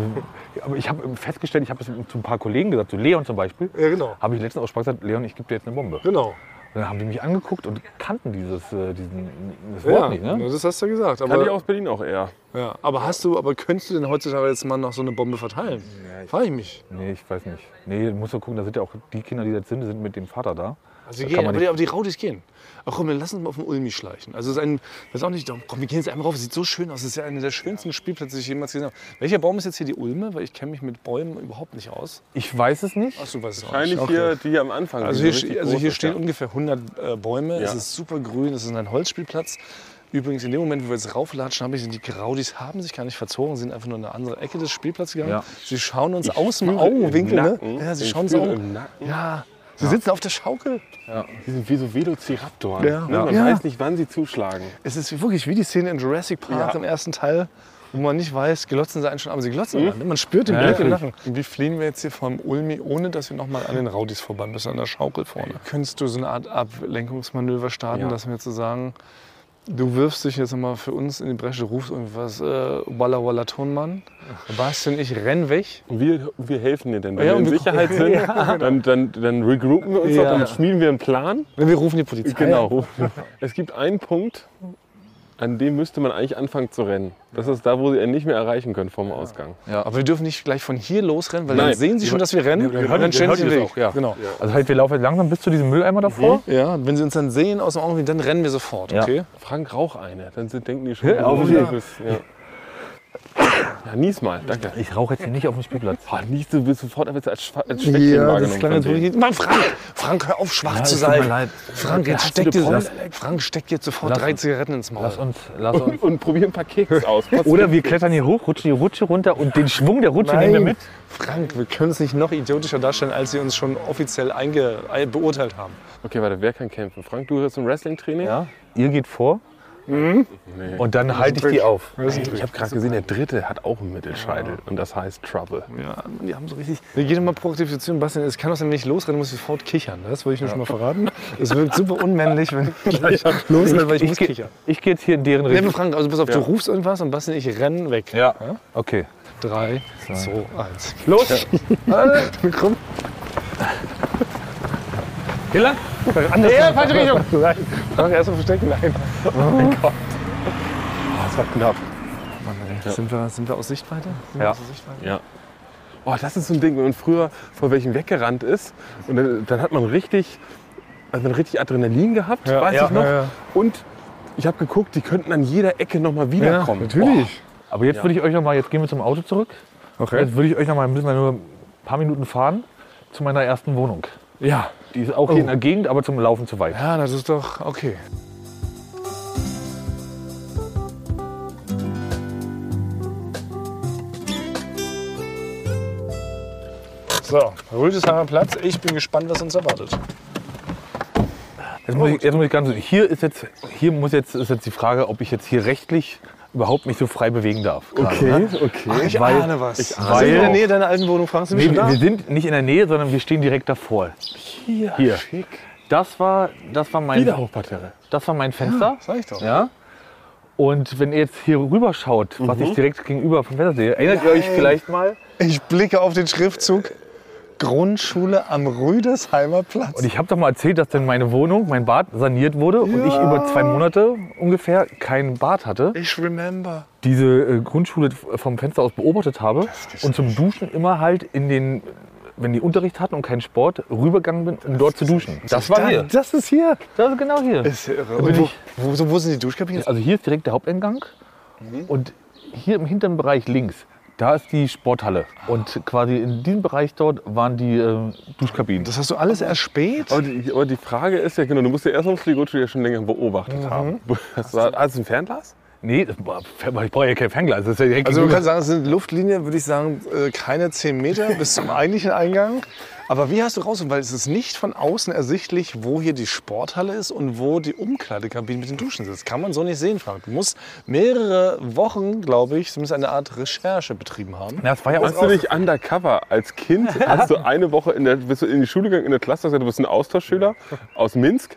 aber ich habe festgestellt, ich habe es zu ein paar Kollegen gesagt, zu Leon zum Beispiel.
Ja, genau.
Habe ich letztens aus Spaß gesagt, Leon, ich gebe dir jetzt eine Bombe. Und
Genau.
dann haben die mich angeguckt und kannten dieses äh, diesen, das Wort
Ja, Also
nicht. Ne?
das hast du ja gesagt.
Hatte ich
Aber,
aus Berlin auch eher.
ja, aber hast du, aber könntest du denn heutzutage jetzt mal noch so eine Bombe verteilen? Ja, Frag ich mich.
Nee, ich weiß nicht. Nee, du musst doch gucken, da sind ja auch die Kinder, die jetzt sind, sind mit dem Vater da.
Also
Da
die gehen,
kann man
aber
nicht-
die, aber die Raudis gehen. Ach komm, dann lass uns mal auf den Ulmi schleichen. Also es ist ein, weiß auch nicht, komm, wir gehen jetzt einmal rauf, sieht so schön aus. Das ist ja einer der schönsten Spielplätze, die ich jemals gesehen habe. Welcher Baum ist jetzt hier die Ulme? Weil ich kenne mich mit Bäumen überhaupt nicht aus.
Ich weiß es nicht.
Ach, du weißt es auch
Eigentlich
nicht.
hier, die hier am Anfang.
Also
die
hier,
so richtig
ste- also
groß
hier
ist,
stehen
ja.
ungefähr 100 äh, Bäume. Es
Ja.
ist super grün, es ist ein Holzspielplatz. Übrigens, in dem Moment, wo wir jetzt rauflatschen, habe ich die Graudis haben sich gar nicht verzogen, sind einfach nur in eine andere Ecke des Spielplatzes gegangen.
Ja.
Sie schauen uns aus dem
fühle
Augenwinkel.
im
Ne?
Nacken,
Ja, sie
ich
schauen um. uns
fühle
auch.
im Nacken.
Ja, sie sitzen auf der Schaukel.
Die sind wie so Velociraptoren.
Ja.
Ne? Man
Ja.
weiß nicht, wann sie zuschlagen.
Es ist wirklich wie die Szene in Jurassic Park
Ja.
im ersten Teil, wo man nicht weiß, glotzen sie einen schon, aber sie glotzen einen. Man spürt den Blick im Lachen. Wie fliehen wir jetzt hier vom Ulmi, ohne dass wir nochmal an den Raudis vorbei müssen, an der Schaukel vorne? Könntest du so eine Art Ablenkungsmanöver starten,
Ja.
dass wir jetzt so sagen, du wirfst dich jetzt nochmal für uns in die Bresche, rufst irgendwas, äh, Walla Walla Tonmann, Sebastian, ich renn weg.
Und wir, und wir helfen dir denn. Wenn
Ja,
wir in
und wir-
Sicherheit sind, dann, dann, dann regroupen wir uns
Ja.
doch, dann schmieden wir einen Plan.
Wir rufen die Polizei.
Genau. Es gibt einen Punkt, an dem müsste man eigentlich anfangen zu rennen. Das ist da, wo sie einen nicht mehr erreichen können vom Ausgang.
Aber wir dürfen nicht gleich von hier losrennen, weil
Nein.
dann sehen sie schon, dass wir rennen.
dann
und
hören-
dann
dann
stellen
hören
sie
die
den
das
Weg.
auch, ja.
Genau.
Also halt, wir laufen jetzt langsam bis zu diesem Mülleimer davor.
Ja, und wenn sie uns dann sehen aus dem Augenwinkel, dann rennen wir sofort,
Ja.
okay?
Frank, rauch eine. Dann sind, denken die schon,
Ja, auf
du
jeden
bist. Ja. Ja, nies mal, danke.
Ich rauche jetzt hier nicht auf dem Spielplatz.
Boah, nies, du wirst sofort als, als, Schwa- als Schwächchen wahrgenommen. von denen.
Mann, Frank! Frank, hör auf, schwach zu
es tut mir
sein.
leid.
Frank, jetzt
Hast
steck
du
dir,
eine
Frank, steck dir sofort
Lass
drei
uns-
Zigaretten ins Maul.
Lass uns, lass uns.
und, und probier ein paar Keks aus. Pass-
Oder wir klettern hier hoch, rutschen die Rutsche runter und den Schwung der Rutsche nehmen wir mit.
Frank, wir können es nicht noch idiotischer darstellen, als sie uns schon offiziell einge ei- beurteilt haben.
Okay, warte, wer kann kämpfen? Frank, du hörst zum Wrestling-Training?
Ja, ihr geht vor und dann halte ich die auf.
Ich habe gerade gesehen, der dritte hat auch einen Mittelscheitel und das heißt Trouble.
Ja, die haben so richtig. Wir gehen mal Prostitution, Bastian. Es kann aus dem nicht losrennen, muss sofort kichern. Das wollte ich nur schon mal verraten. Es wirkt super unmännlich, wenn ich gleich losrenne, weil ich, muss
geh-
kichern.
ich gehe jetzt hier in deren
Nee,
Richtung.
Frank, also pass auf, du rufst irgendwas und Bastian, ich renn weg.
Ja, okay.
Drei, zwei, eins.
Los!
Komm.
Hier lang?
Äh, Anders ja, falsche Richtung. Nein, Frank, erst mal verstecken. Nein. Oh mein Gott. Das war knapp. Sind, wir, sind wir aus Sichtweite? Sind wir
Ja.
aus Sichtweite?
Ja. Oh, das ist so ein Ding, wenn man früher vor welchen weggerannt ist und dann, dann hat man richtig, also man richtig Adrenalin gehabt,
Ja,
weiß
ja,
ich noch.
ja, ja.
Und ich habe geguckt, die könnten an jeder Ecke nochmal wiederkommen.
natürlich.
Aber jetzt würde ich euch noch mal, jetzt gehen wir zum Auto zurück.
Okay.
Jetzt würde ich euch noch mal, müssen wir nur ein paar Minuten fahren zu meiner ersten Wohnung.
Ja.
Die ist auch hier in der Gegend, aber zum Laufen zu weit.
Ja, Ah, das ist doch okay.
So, Rüdesheimer Platz. Ich bin gespannt, was uns erwartet.
Jetzt
Oh,
muss ich, jetzt muss ich ganz, hier ist jetzt, hier muss jetzt, ist jetzt die Frage, ob ich jetzt hier rechtlich überhaupt mich so frei bewegen darf. gerade, ne?
okay.
Ich ahne was. Ich ahne
ahne
in der
auch.
Nähe deiner alten Wohnung, fragst du mich
Nee,
schon da?
wir sind nicht in der Nähe, sondern wir stehen direkt davor.
Hier,
Hier.
schick.
Das war, das war
Wieder
mein,
Hochparterre.
das war mein Fenster.
Ah, Sag ich doch.
Ja. Und wenn ihr jetzt hier rüber schaut, was
Mhm.
ich direkt gegenüber vom Fenster sehe, erinnert ihr euch vielleicht mal?
Ich blicke auf den Schriftzug Grundschule am Rüdesheimer Platz.
Und ich habe doch mal erzählt, dass denn meine Wohnung, mein Bad saniert wurde und ich über zwei Monate ungefähr kein Bad hatte.
Ich remember.
Diese äh, Grundschule vom Fenster aus beobachtet habe und zum Duschen immer halt in den, wenn die Unterricht hatten und keinen Sport, rübergegangen bin, um dort zu duschen. Das war hier.
Das ist hier.
Das ist genau hier.
Das ist ja irre. Und wo, wo, so, wo sind die Duschkabinen?
Also hier ist direkt der Haupteingang
Mhm.
und hier im hinteren Bereich links, da ist die Sporthalle. Und quasi in diesem Bereich dort waren die äh, Duschkabinen.
Das hast du alles erst spät?
Aber die, aber die Frage ist ja, genau, du musst ja erst mal die Rutsche ja schon länger beobachtet haben. Das war, Mhm. hast du ein Fernglas?
nee, das war- ich brauche ja kein Fernglas. Das ist ja direkt
Also man
gegenüber.
kann sagen, es sind Luftlinien, würde ich sagen, äh, keine 10 Meter bis zum eigentlichen Eingang. Aber wie hast du raus? Weil es ist nicht von außen ersichtlich, wo hier die Sporthalle ist und wo die Umkleidekabine mit den Duschen sitzt. Kann man so nicht sehen, Frank. Du musst mehrere Wochen, glaube ich, zumindest eine Art Recherche betrieben haben.
Na, das war ja
Hast du
auch
dich undercover als Kind, hast du eine Woche in der, bist du in die Schule gegangen, in der Klasse, hast gesagt, du bist ein Austauschschüler aus Minsk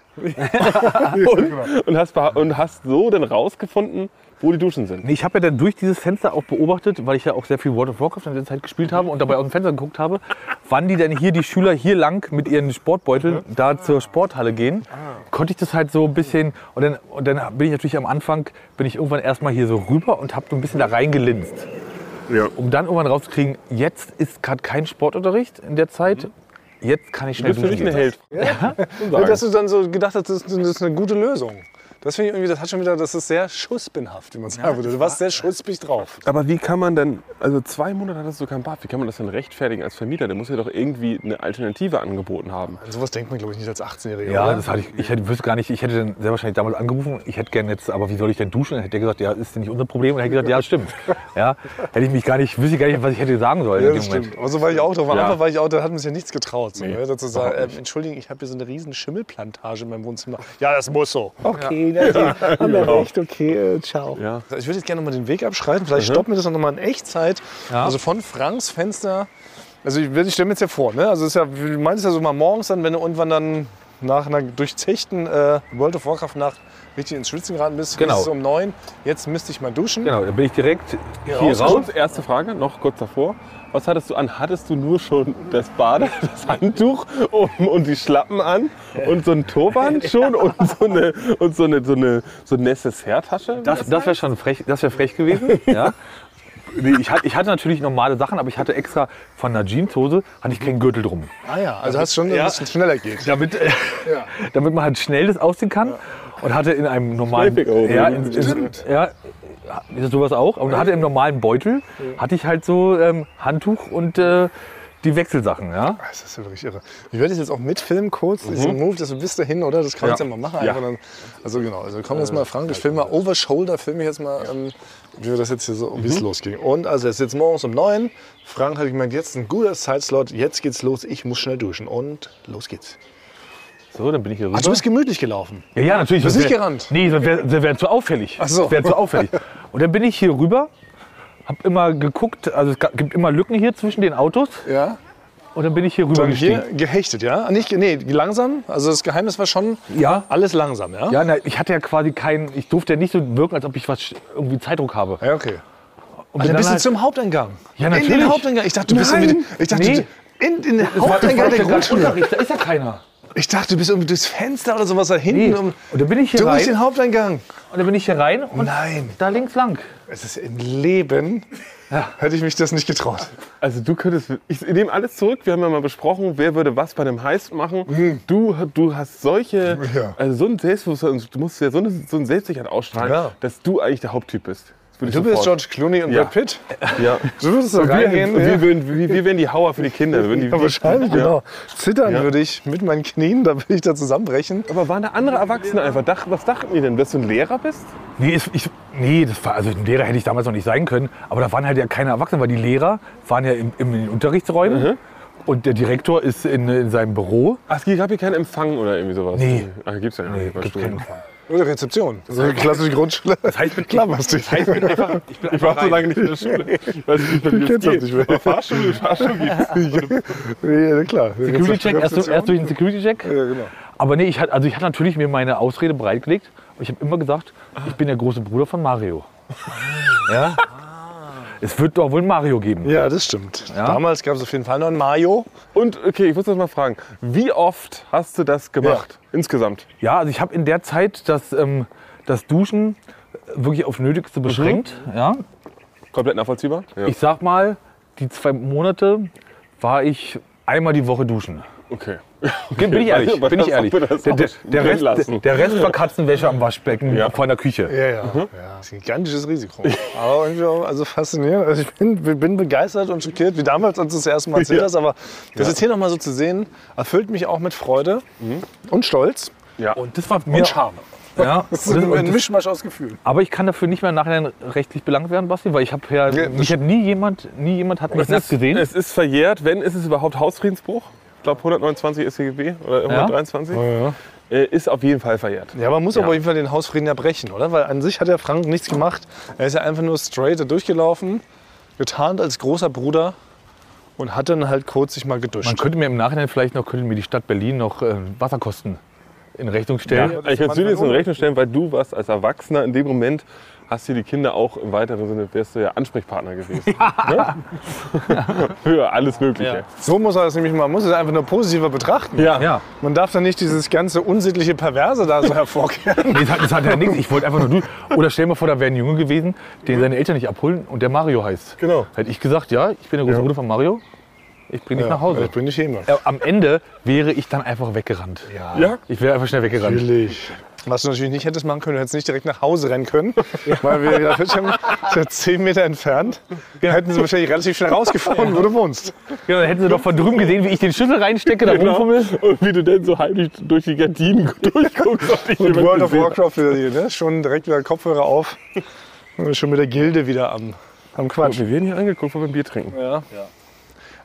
und, und, hast, beha- und hast so dann rausgefunden, wo die Duschen sind.
Nee, ich habe ja dann durch dieses Fenster auch beobachtet, weil ich ja auch sehr viel World of Warcraft in der Zeit gespielt habe und dabei aus dem Fenster geguckt habe, wann die denn hier, die Schüler hier lang mit ihren Sportbeuteln da zur Sporthalle gehen, konnte ich das halt so ein bisschen, und dann, und dann bin ich natürlich am Anfang, bin ich irgendwann erstmal hier so rüber und habe so ein bisschen da reingelinst. Um dann irgendwann rauszukriegen, jetzt ist gerade kein Sportunterricht in der Zeit, jetzt kann ich schnell
Bist du nicht
duschen
ein
gehen.
Held?
Dass du dann so gedacht hast, das ist das ist eine gute Lösung. Das finde ich irgendwie, das hat schon wieder, das ist sehr schussbinhaft, wie man sagen würde. Du warst sehr schussbig drauf.
Aber wie kann man denn, also zwei Monate hattest du kein Bad, wie kann man das denn rechtfertigen als Vermieter? Der muss ja doch irgendwie eine Alternative angeboten haben.
An sowas denkt man, glaube ich, nicht als 18-Jähriger.
Ja,
oder?
das hatte ich. Ich hätte, wüsste gar nicht, ich hätte dann sehr wahrscheinlich damals angerufen, ich hätte gerne jetzt, aber wie soll ich denn duschen? Dann hätte der gesagt, ja, ist denn nicht unser Problem? Und dann hätte ich gesagt, ja, stimmt. Ja, hätte ich mich gar nicht, wüsste ich gar nicht, was ich hätte sagen sollen.
Ja,
in
das
dem Moment.
stimmt. Aber so war ich auch drauf. Am
Ja.
Anfang war ich auch, da hat man sich ja nichts getraut. So,
Nee,
ne? Dazu sagen, ähm, Entschuldigung, ich habe hier so eine riesen Schimmelplantage in meinem Wohnzimmer. Ja, das muss so. Okay, ja. haben wir recht, okay, äh, ciao.
Ja.
Ich würde jetzt gerne nochmal den Weg abschreiten.
Mhm.
Vielleicht stoppen wir das nochmal in Echtzeit. Also von Franks Fenster. Also ich, ich stelle mir jetzt ja vor, ne? Also es ist ja, du meinst ja so mal morgens dann, wenn du irgendwann dann nach einer durchzechten äh, World of Warcraft Nacht richtig ins Schwitzen geraten bist,
Genau.
ist es um neun. Jetzt müsste ich mal duschen.
Genau, dann bin ich direkt hier
Hier
raus.
raus, erste Frage, noch kurz davor. Was hattest du an? Hattest du nur schon das Bade, das Handtuch um, und die Schlappen an und so ein Turban schon und so eine, und so eine, so eine, so eine Necessaire-Tasche?
Das, das wäre schon frech, das wäre frech gewesen. ja. Nee, ich, hatte, ich hatte natürlich normale Sachen, aber ich hatte extra von einer Jeanshose hatte ich keinen Gürtel drum.
Ah ja, also hast schon, dass es ein bisschen schneller geht.
Damit, äh, damit man halt schnell das ausziehen kann. Und hatte in einem normalen.
Käfig oben.
Ja, in, in, ja, ist sowas auch. Und da hatte im normalen Beutel hatte ich halt so ähm, Handtuch und äh, die Wechselsachen, ja.
Das ist ja wirklich irre. Ich werde das jetzt auch mitfilmen kurz,
Mhm.
diesen Move, dass du bist dahin, oder? Das kann man jetzt ja mal machen. Einfach dann, also genau, also komm
Äh,
jetzt mal, Frank, ich filme mal over shoulder, filme ich jetzt mal, ähm, wie wir das jetzt hier so, wie
Mhm.
es losging. Und also es ist jetzt morgens um neun. Frank hat gemeint, jetzt ist ein guter Zeitslot, jetzt geht's los, ich muss schnell duschen. Und los geht's.
So, dann bin ich hier rüber.
Ach, du bist gemütlich gelaufen.
Ja, ja, natürlich.
Bist
sonst
nicht
wär-
gerannt?
Nee, das wäre wär wär zu auffällig.
Ach so.
Das Wär zu auffällig. Und dann bin ich hier rüber, hab immer geguckt, also es ga- gibt immer Lücken hier zwischen den Autos.
Ja.
Und dann bin ich hier rüber
Dann hier
gestiegen.
gehechtet, ja? Nicht, ge- nee, langsam. Also das Geheimnis war schon
Ja.
alles langsam, ja?
Ja, na, ich hatte ja quasi keinen, ich durfte ja nicht so wirken, als ob ich was sch- irgendwie Zeitdruck habe.
Ja, okay.
Und
Also
bin
dann bist du
halt-
zum Haupteingang.
Ja,
In den
natürlich.
Haupteingang. Ich dachte, du bist
Nein.
irgendwie. Ich dachte,
Nee.
du, in, in den
Das war- das war
Haupteingang der
doch gar nicht
Grundschule.
Unterricht, da ist ja keiner.
Ich dachte, du bist irgendwie durchs Fenster oder sowas da hinten.
Nee.
um-
Und dann bin ich hier
durch
rein.
den Haupteingang.
Und dann bin ich hier rein und
Nein.
da links lang.
Es ist im Leben. Hätte ich mich das nicht getraut.
Also du könntest, ich nehme alles zurück. Wir haben ja mal besprochen, wer würde was bei dem Heist machen. Du, du hast solche,
Mhm. Ja.
also so ein Selbstbewusstsein, du musst ja so, eine, so ein Selbstsicherheit ausstrahlen,
Ja.
dass du eigentlich der Haupttyp bist. Das würde ich
Du bist
sofort-
George Clooney und
Ja.
Brad Pitt.
Ja.
Du würdest da
Wir,
reingehen.
wir, würden, wir, wir wären die Hauer für die Kinder. Wir würden die,
ja, wahrscheinlich,
Ja.
genau. Zittern würde ich mit meinen Knien, da würde ich da zusammenbrechen.
Aber waren da andere Erwachsene einfach? Dach, was dachten die denn, dass du ein Lehrer bist?
Nee, ist- ich, nee das war, also ein Lehrer hätte ich damals noch nicht sein können, aber da waren halt ja keine Erwachsenen, weil die Lehrer waren ja im, im, in den Unterrichtsräumen und der Direktor ist in, in seinem Büro.
Ach, es gab hier keinen Empfang oder irgendwie sowas?
Nee.
Ach, gibt's ja nicht.
Gibt keinen Empfang.
Oder Rezeption. So eine klassische Grundschule. Das
heißt, mit-
Klammerstig.
Ich bin
Ich war so lange nicht in der Schule. Ich weiß nicht, wie
kennst das
das geht.
nicht mehr.
Aber Fahrschule, Fahrschule gibt's.
Ja, klar.
Security-Check, erst,
Rezeption.
erst durch den Security-Check.
Ja, genau.
Aber nee, ich hatte, also ich hatte natürlich mir meine Ausrede bereitgelegt. Und ich habe immer gesagt, ich bin der große Bruder von Mario. ja? Es wird doch wohl einen Mario geben.
Ja, das stimmt. Damals gab es auf jeden Fall noch einen Mayo.
Und okay, ich muss das mal fragen. Wie oft hast du das gemacht? Insgesamt?
Ja, also ich habe in der Zeit das, ähm, das Duschen wirklich auf Nötigste beschränkt. Ja?
Komplett nachvollziehbar? Ja.
Ich sag mal, die zwei Monate war ich einmal die Woche duschen.
okay.
Bin ich ehrlich,
aber
bin ich
das
ehrlich.
soll man das
Der, der,
auch
der,
drin
Rest,
lassen.
der Rest war Katzenwäsche am Waschbecken
Ja.
vor der Küche.
Ja, ja. ja. Mhm. Das ist ein gigantisches Risiko. Aber irgendwie auch, also faszinierend. Also ich bin, ich bin begeistert und schockiert, wie damals, als du es das erste Mal erzählt hast. Aber das jetzt hier nochmal so zu sehen, erfüllt mich auch mit Freude und Stolz
Ja.
Und das war mir
und Scham.
Ja, und
Das ist
das,
ein
und das,
Mischmasch aus Gefühlen.
aber ich kann dafür nicht mehr nachher rechtlich belangt werden, Basti, weil ich habe ja,
Ja, das-
mich hat nie jemand, nie jemand hat mich
es,
nackt
ist,
gesehen.
es ist verjährt. Wenn, ist es überhaupt Hausfriedensbruch? Ich glaube 129 StGB oder 123. Äh, Ist auf jeden Fall verjährt.
Ja, man muss aber auf jeden Fall den Hausfrieden ja brechen, oder? Weil an sich hat ja Frank nichts gemacht. Er ist ja einfach nur straight da durchgelaufen, getarnt als großer Bruder und hat dann halt kurz sich mal geduscht.
Man könnte mir im Nachhinein vielleicht noch, könnte mir die Stadt Berlin noch äh, Wasserkosten in Rechnung stellen.
Ja, ich kann es dir jetzt in Rechnung stellen, weil du warst als Erwachsener in dem Moment, hast du die Kinder auch im weiteren Sinne, wärst du ja Ansprechpartner gewesen. Ne? Für alles Mögliche.
So muss er das nämlich mal, muss es einfach nur positiver betrachten.
Ja.
Ja.
Man darf dann nicht dieses ganze unsittliche Perverse da so hervorkehren.
Nee, das hat, das hat ja nichts. Ich wollte einfach nur duschen. Oder stell dir mal vor, da wäre ein Junge gewesen, den seine Eltern nicht abholen und der Mario heißt.
Genau.
Hätte ich gesagt, ja, ich bin der große Bruder von Mario, ich bringe dich nach Hause.
Ich bin nicht jemand.
Äh, Am Ende wäre ich dann einfach weggerannt. Ja. Ich wäre einfach schnell weggerannt.
Natürlich. Was du natürlich nicht hättest machen können, du hättest nicht direkt nach Hause rennen können, weil wir da schon schon 10 Meter entfernt hätten sie wahrscheinlich relativ schnell rausgefunden, wo du wohnst.
Ja, Genau, dann hätten sie doch von drüben gesehen, wie ich den Schlüssel reinstecke, da rumfummel.
Genau. Und wie du denn so heimlich durch die Gardinen durchguckst. ob dich
Und
jemand
World of
gesehen hat.
Warcraft wieder hier, ne? Schon direkt wieder Kopfhörer auf. Und schon mit der Gilde wieder am, am Quatsch.
Wir werden hier angeguckt, weil wir ein Bier trinken.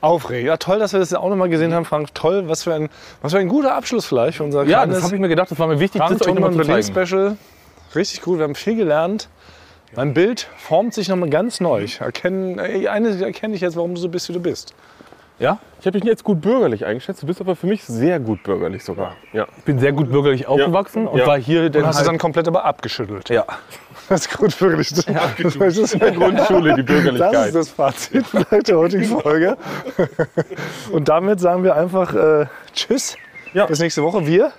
Aufregend. Ja, toll, dass wir das auch nochmal gesehen haben, Frank. Toll, was für ein, was für ein guter Abschluss vielleicht für unser
Ja, das
kleines
habe ich mir gedacht, das war mir wichtig,
Frank
das euch nochmal
Thunmann
zu
Berlin
zeigen.
Special. Richtig gut, wir haben viel gelernt. Mein Bild formt sich nochmal ganz neu. Ich erkenne, ey, eines erkenne ich jetzt, warum du so bist, wie du bist.
Ja?
Ich habe dich nicht als gut bürgerlich eingeschätzt, du bist aber für mich sehr gut bürgerlich sogar. Ja.
Ich bin sehr gut bürgerlich aufgewachsen und
Ja.
war hier
Und
dann
hast
halt,
du dann komplett aber abgeschüttelt.
ja.
Das ist gut, wirklich. Das, das ist
Grundschule,
Das
die
ist
Bürgerlichkeit.
das Fazit vielleicht der heutigen Folge. Und damit sagen wir einfach äh, Tschüss.
Ja.
Bis nächste Woche. Wir.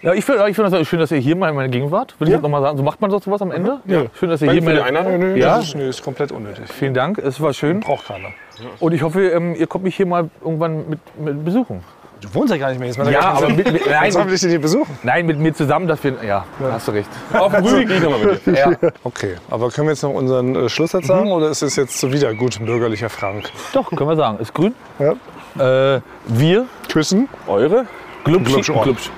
ja, ich finde ich find das schön, dass ihr hier mal in meiner Gegend wart. Würde ich jetzt nochmal sagen, so macht man doch sowas am Ende. Ja. Schön, dass ihr
Danke
hier
für die
mal...
Einladung.
Ja.
Das ist, nö, ist komplett unnötig.
Vielen Dank, es war schön.
Braucht keiner.
Und ich hoffe, ähm, ihr kommt mich hier mal irgendwann mit, mit besuchen.
Du wohnst ja also- gar nicht mehr. Jetzt mal
Ja, aber mit, mit,
Nein, sollen wir
nein,
dich denn hier besuchen?
nein, mit mir zusammen, dass wir. Ja, hast du recht.
Auf den Rügen gehe ich nochmal mit dir.
Ja.
Okay, aber können wir jetzt noch unseren äh, Schlusssatz sagen oder ist es jetzt so wieder gut bürgerlicher Frank?
Doch, können wir sagen. Ist grün.
Ja.
Äh, wir
Küssen?
Eure?
Glubsch.
Glubsch.
Glubsch.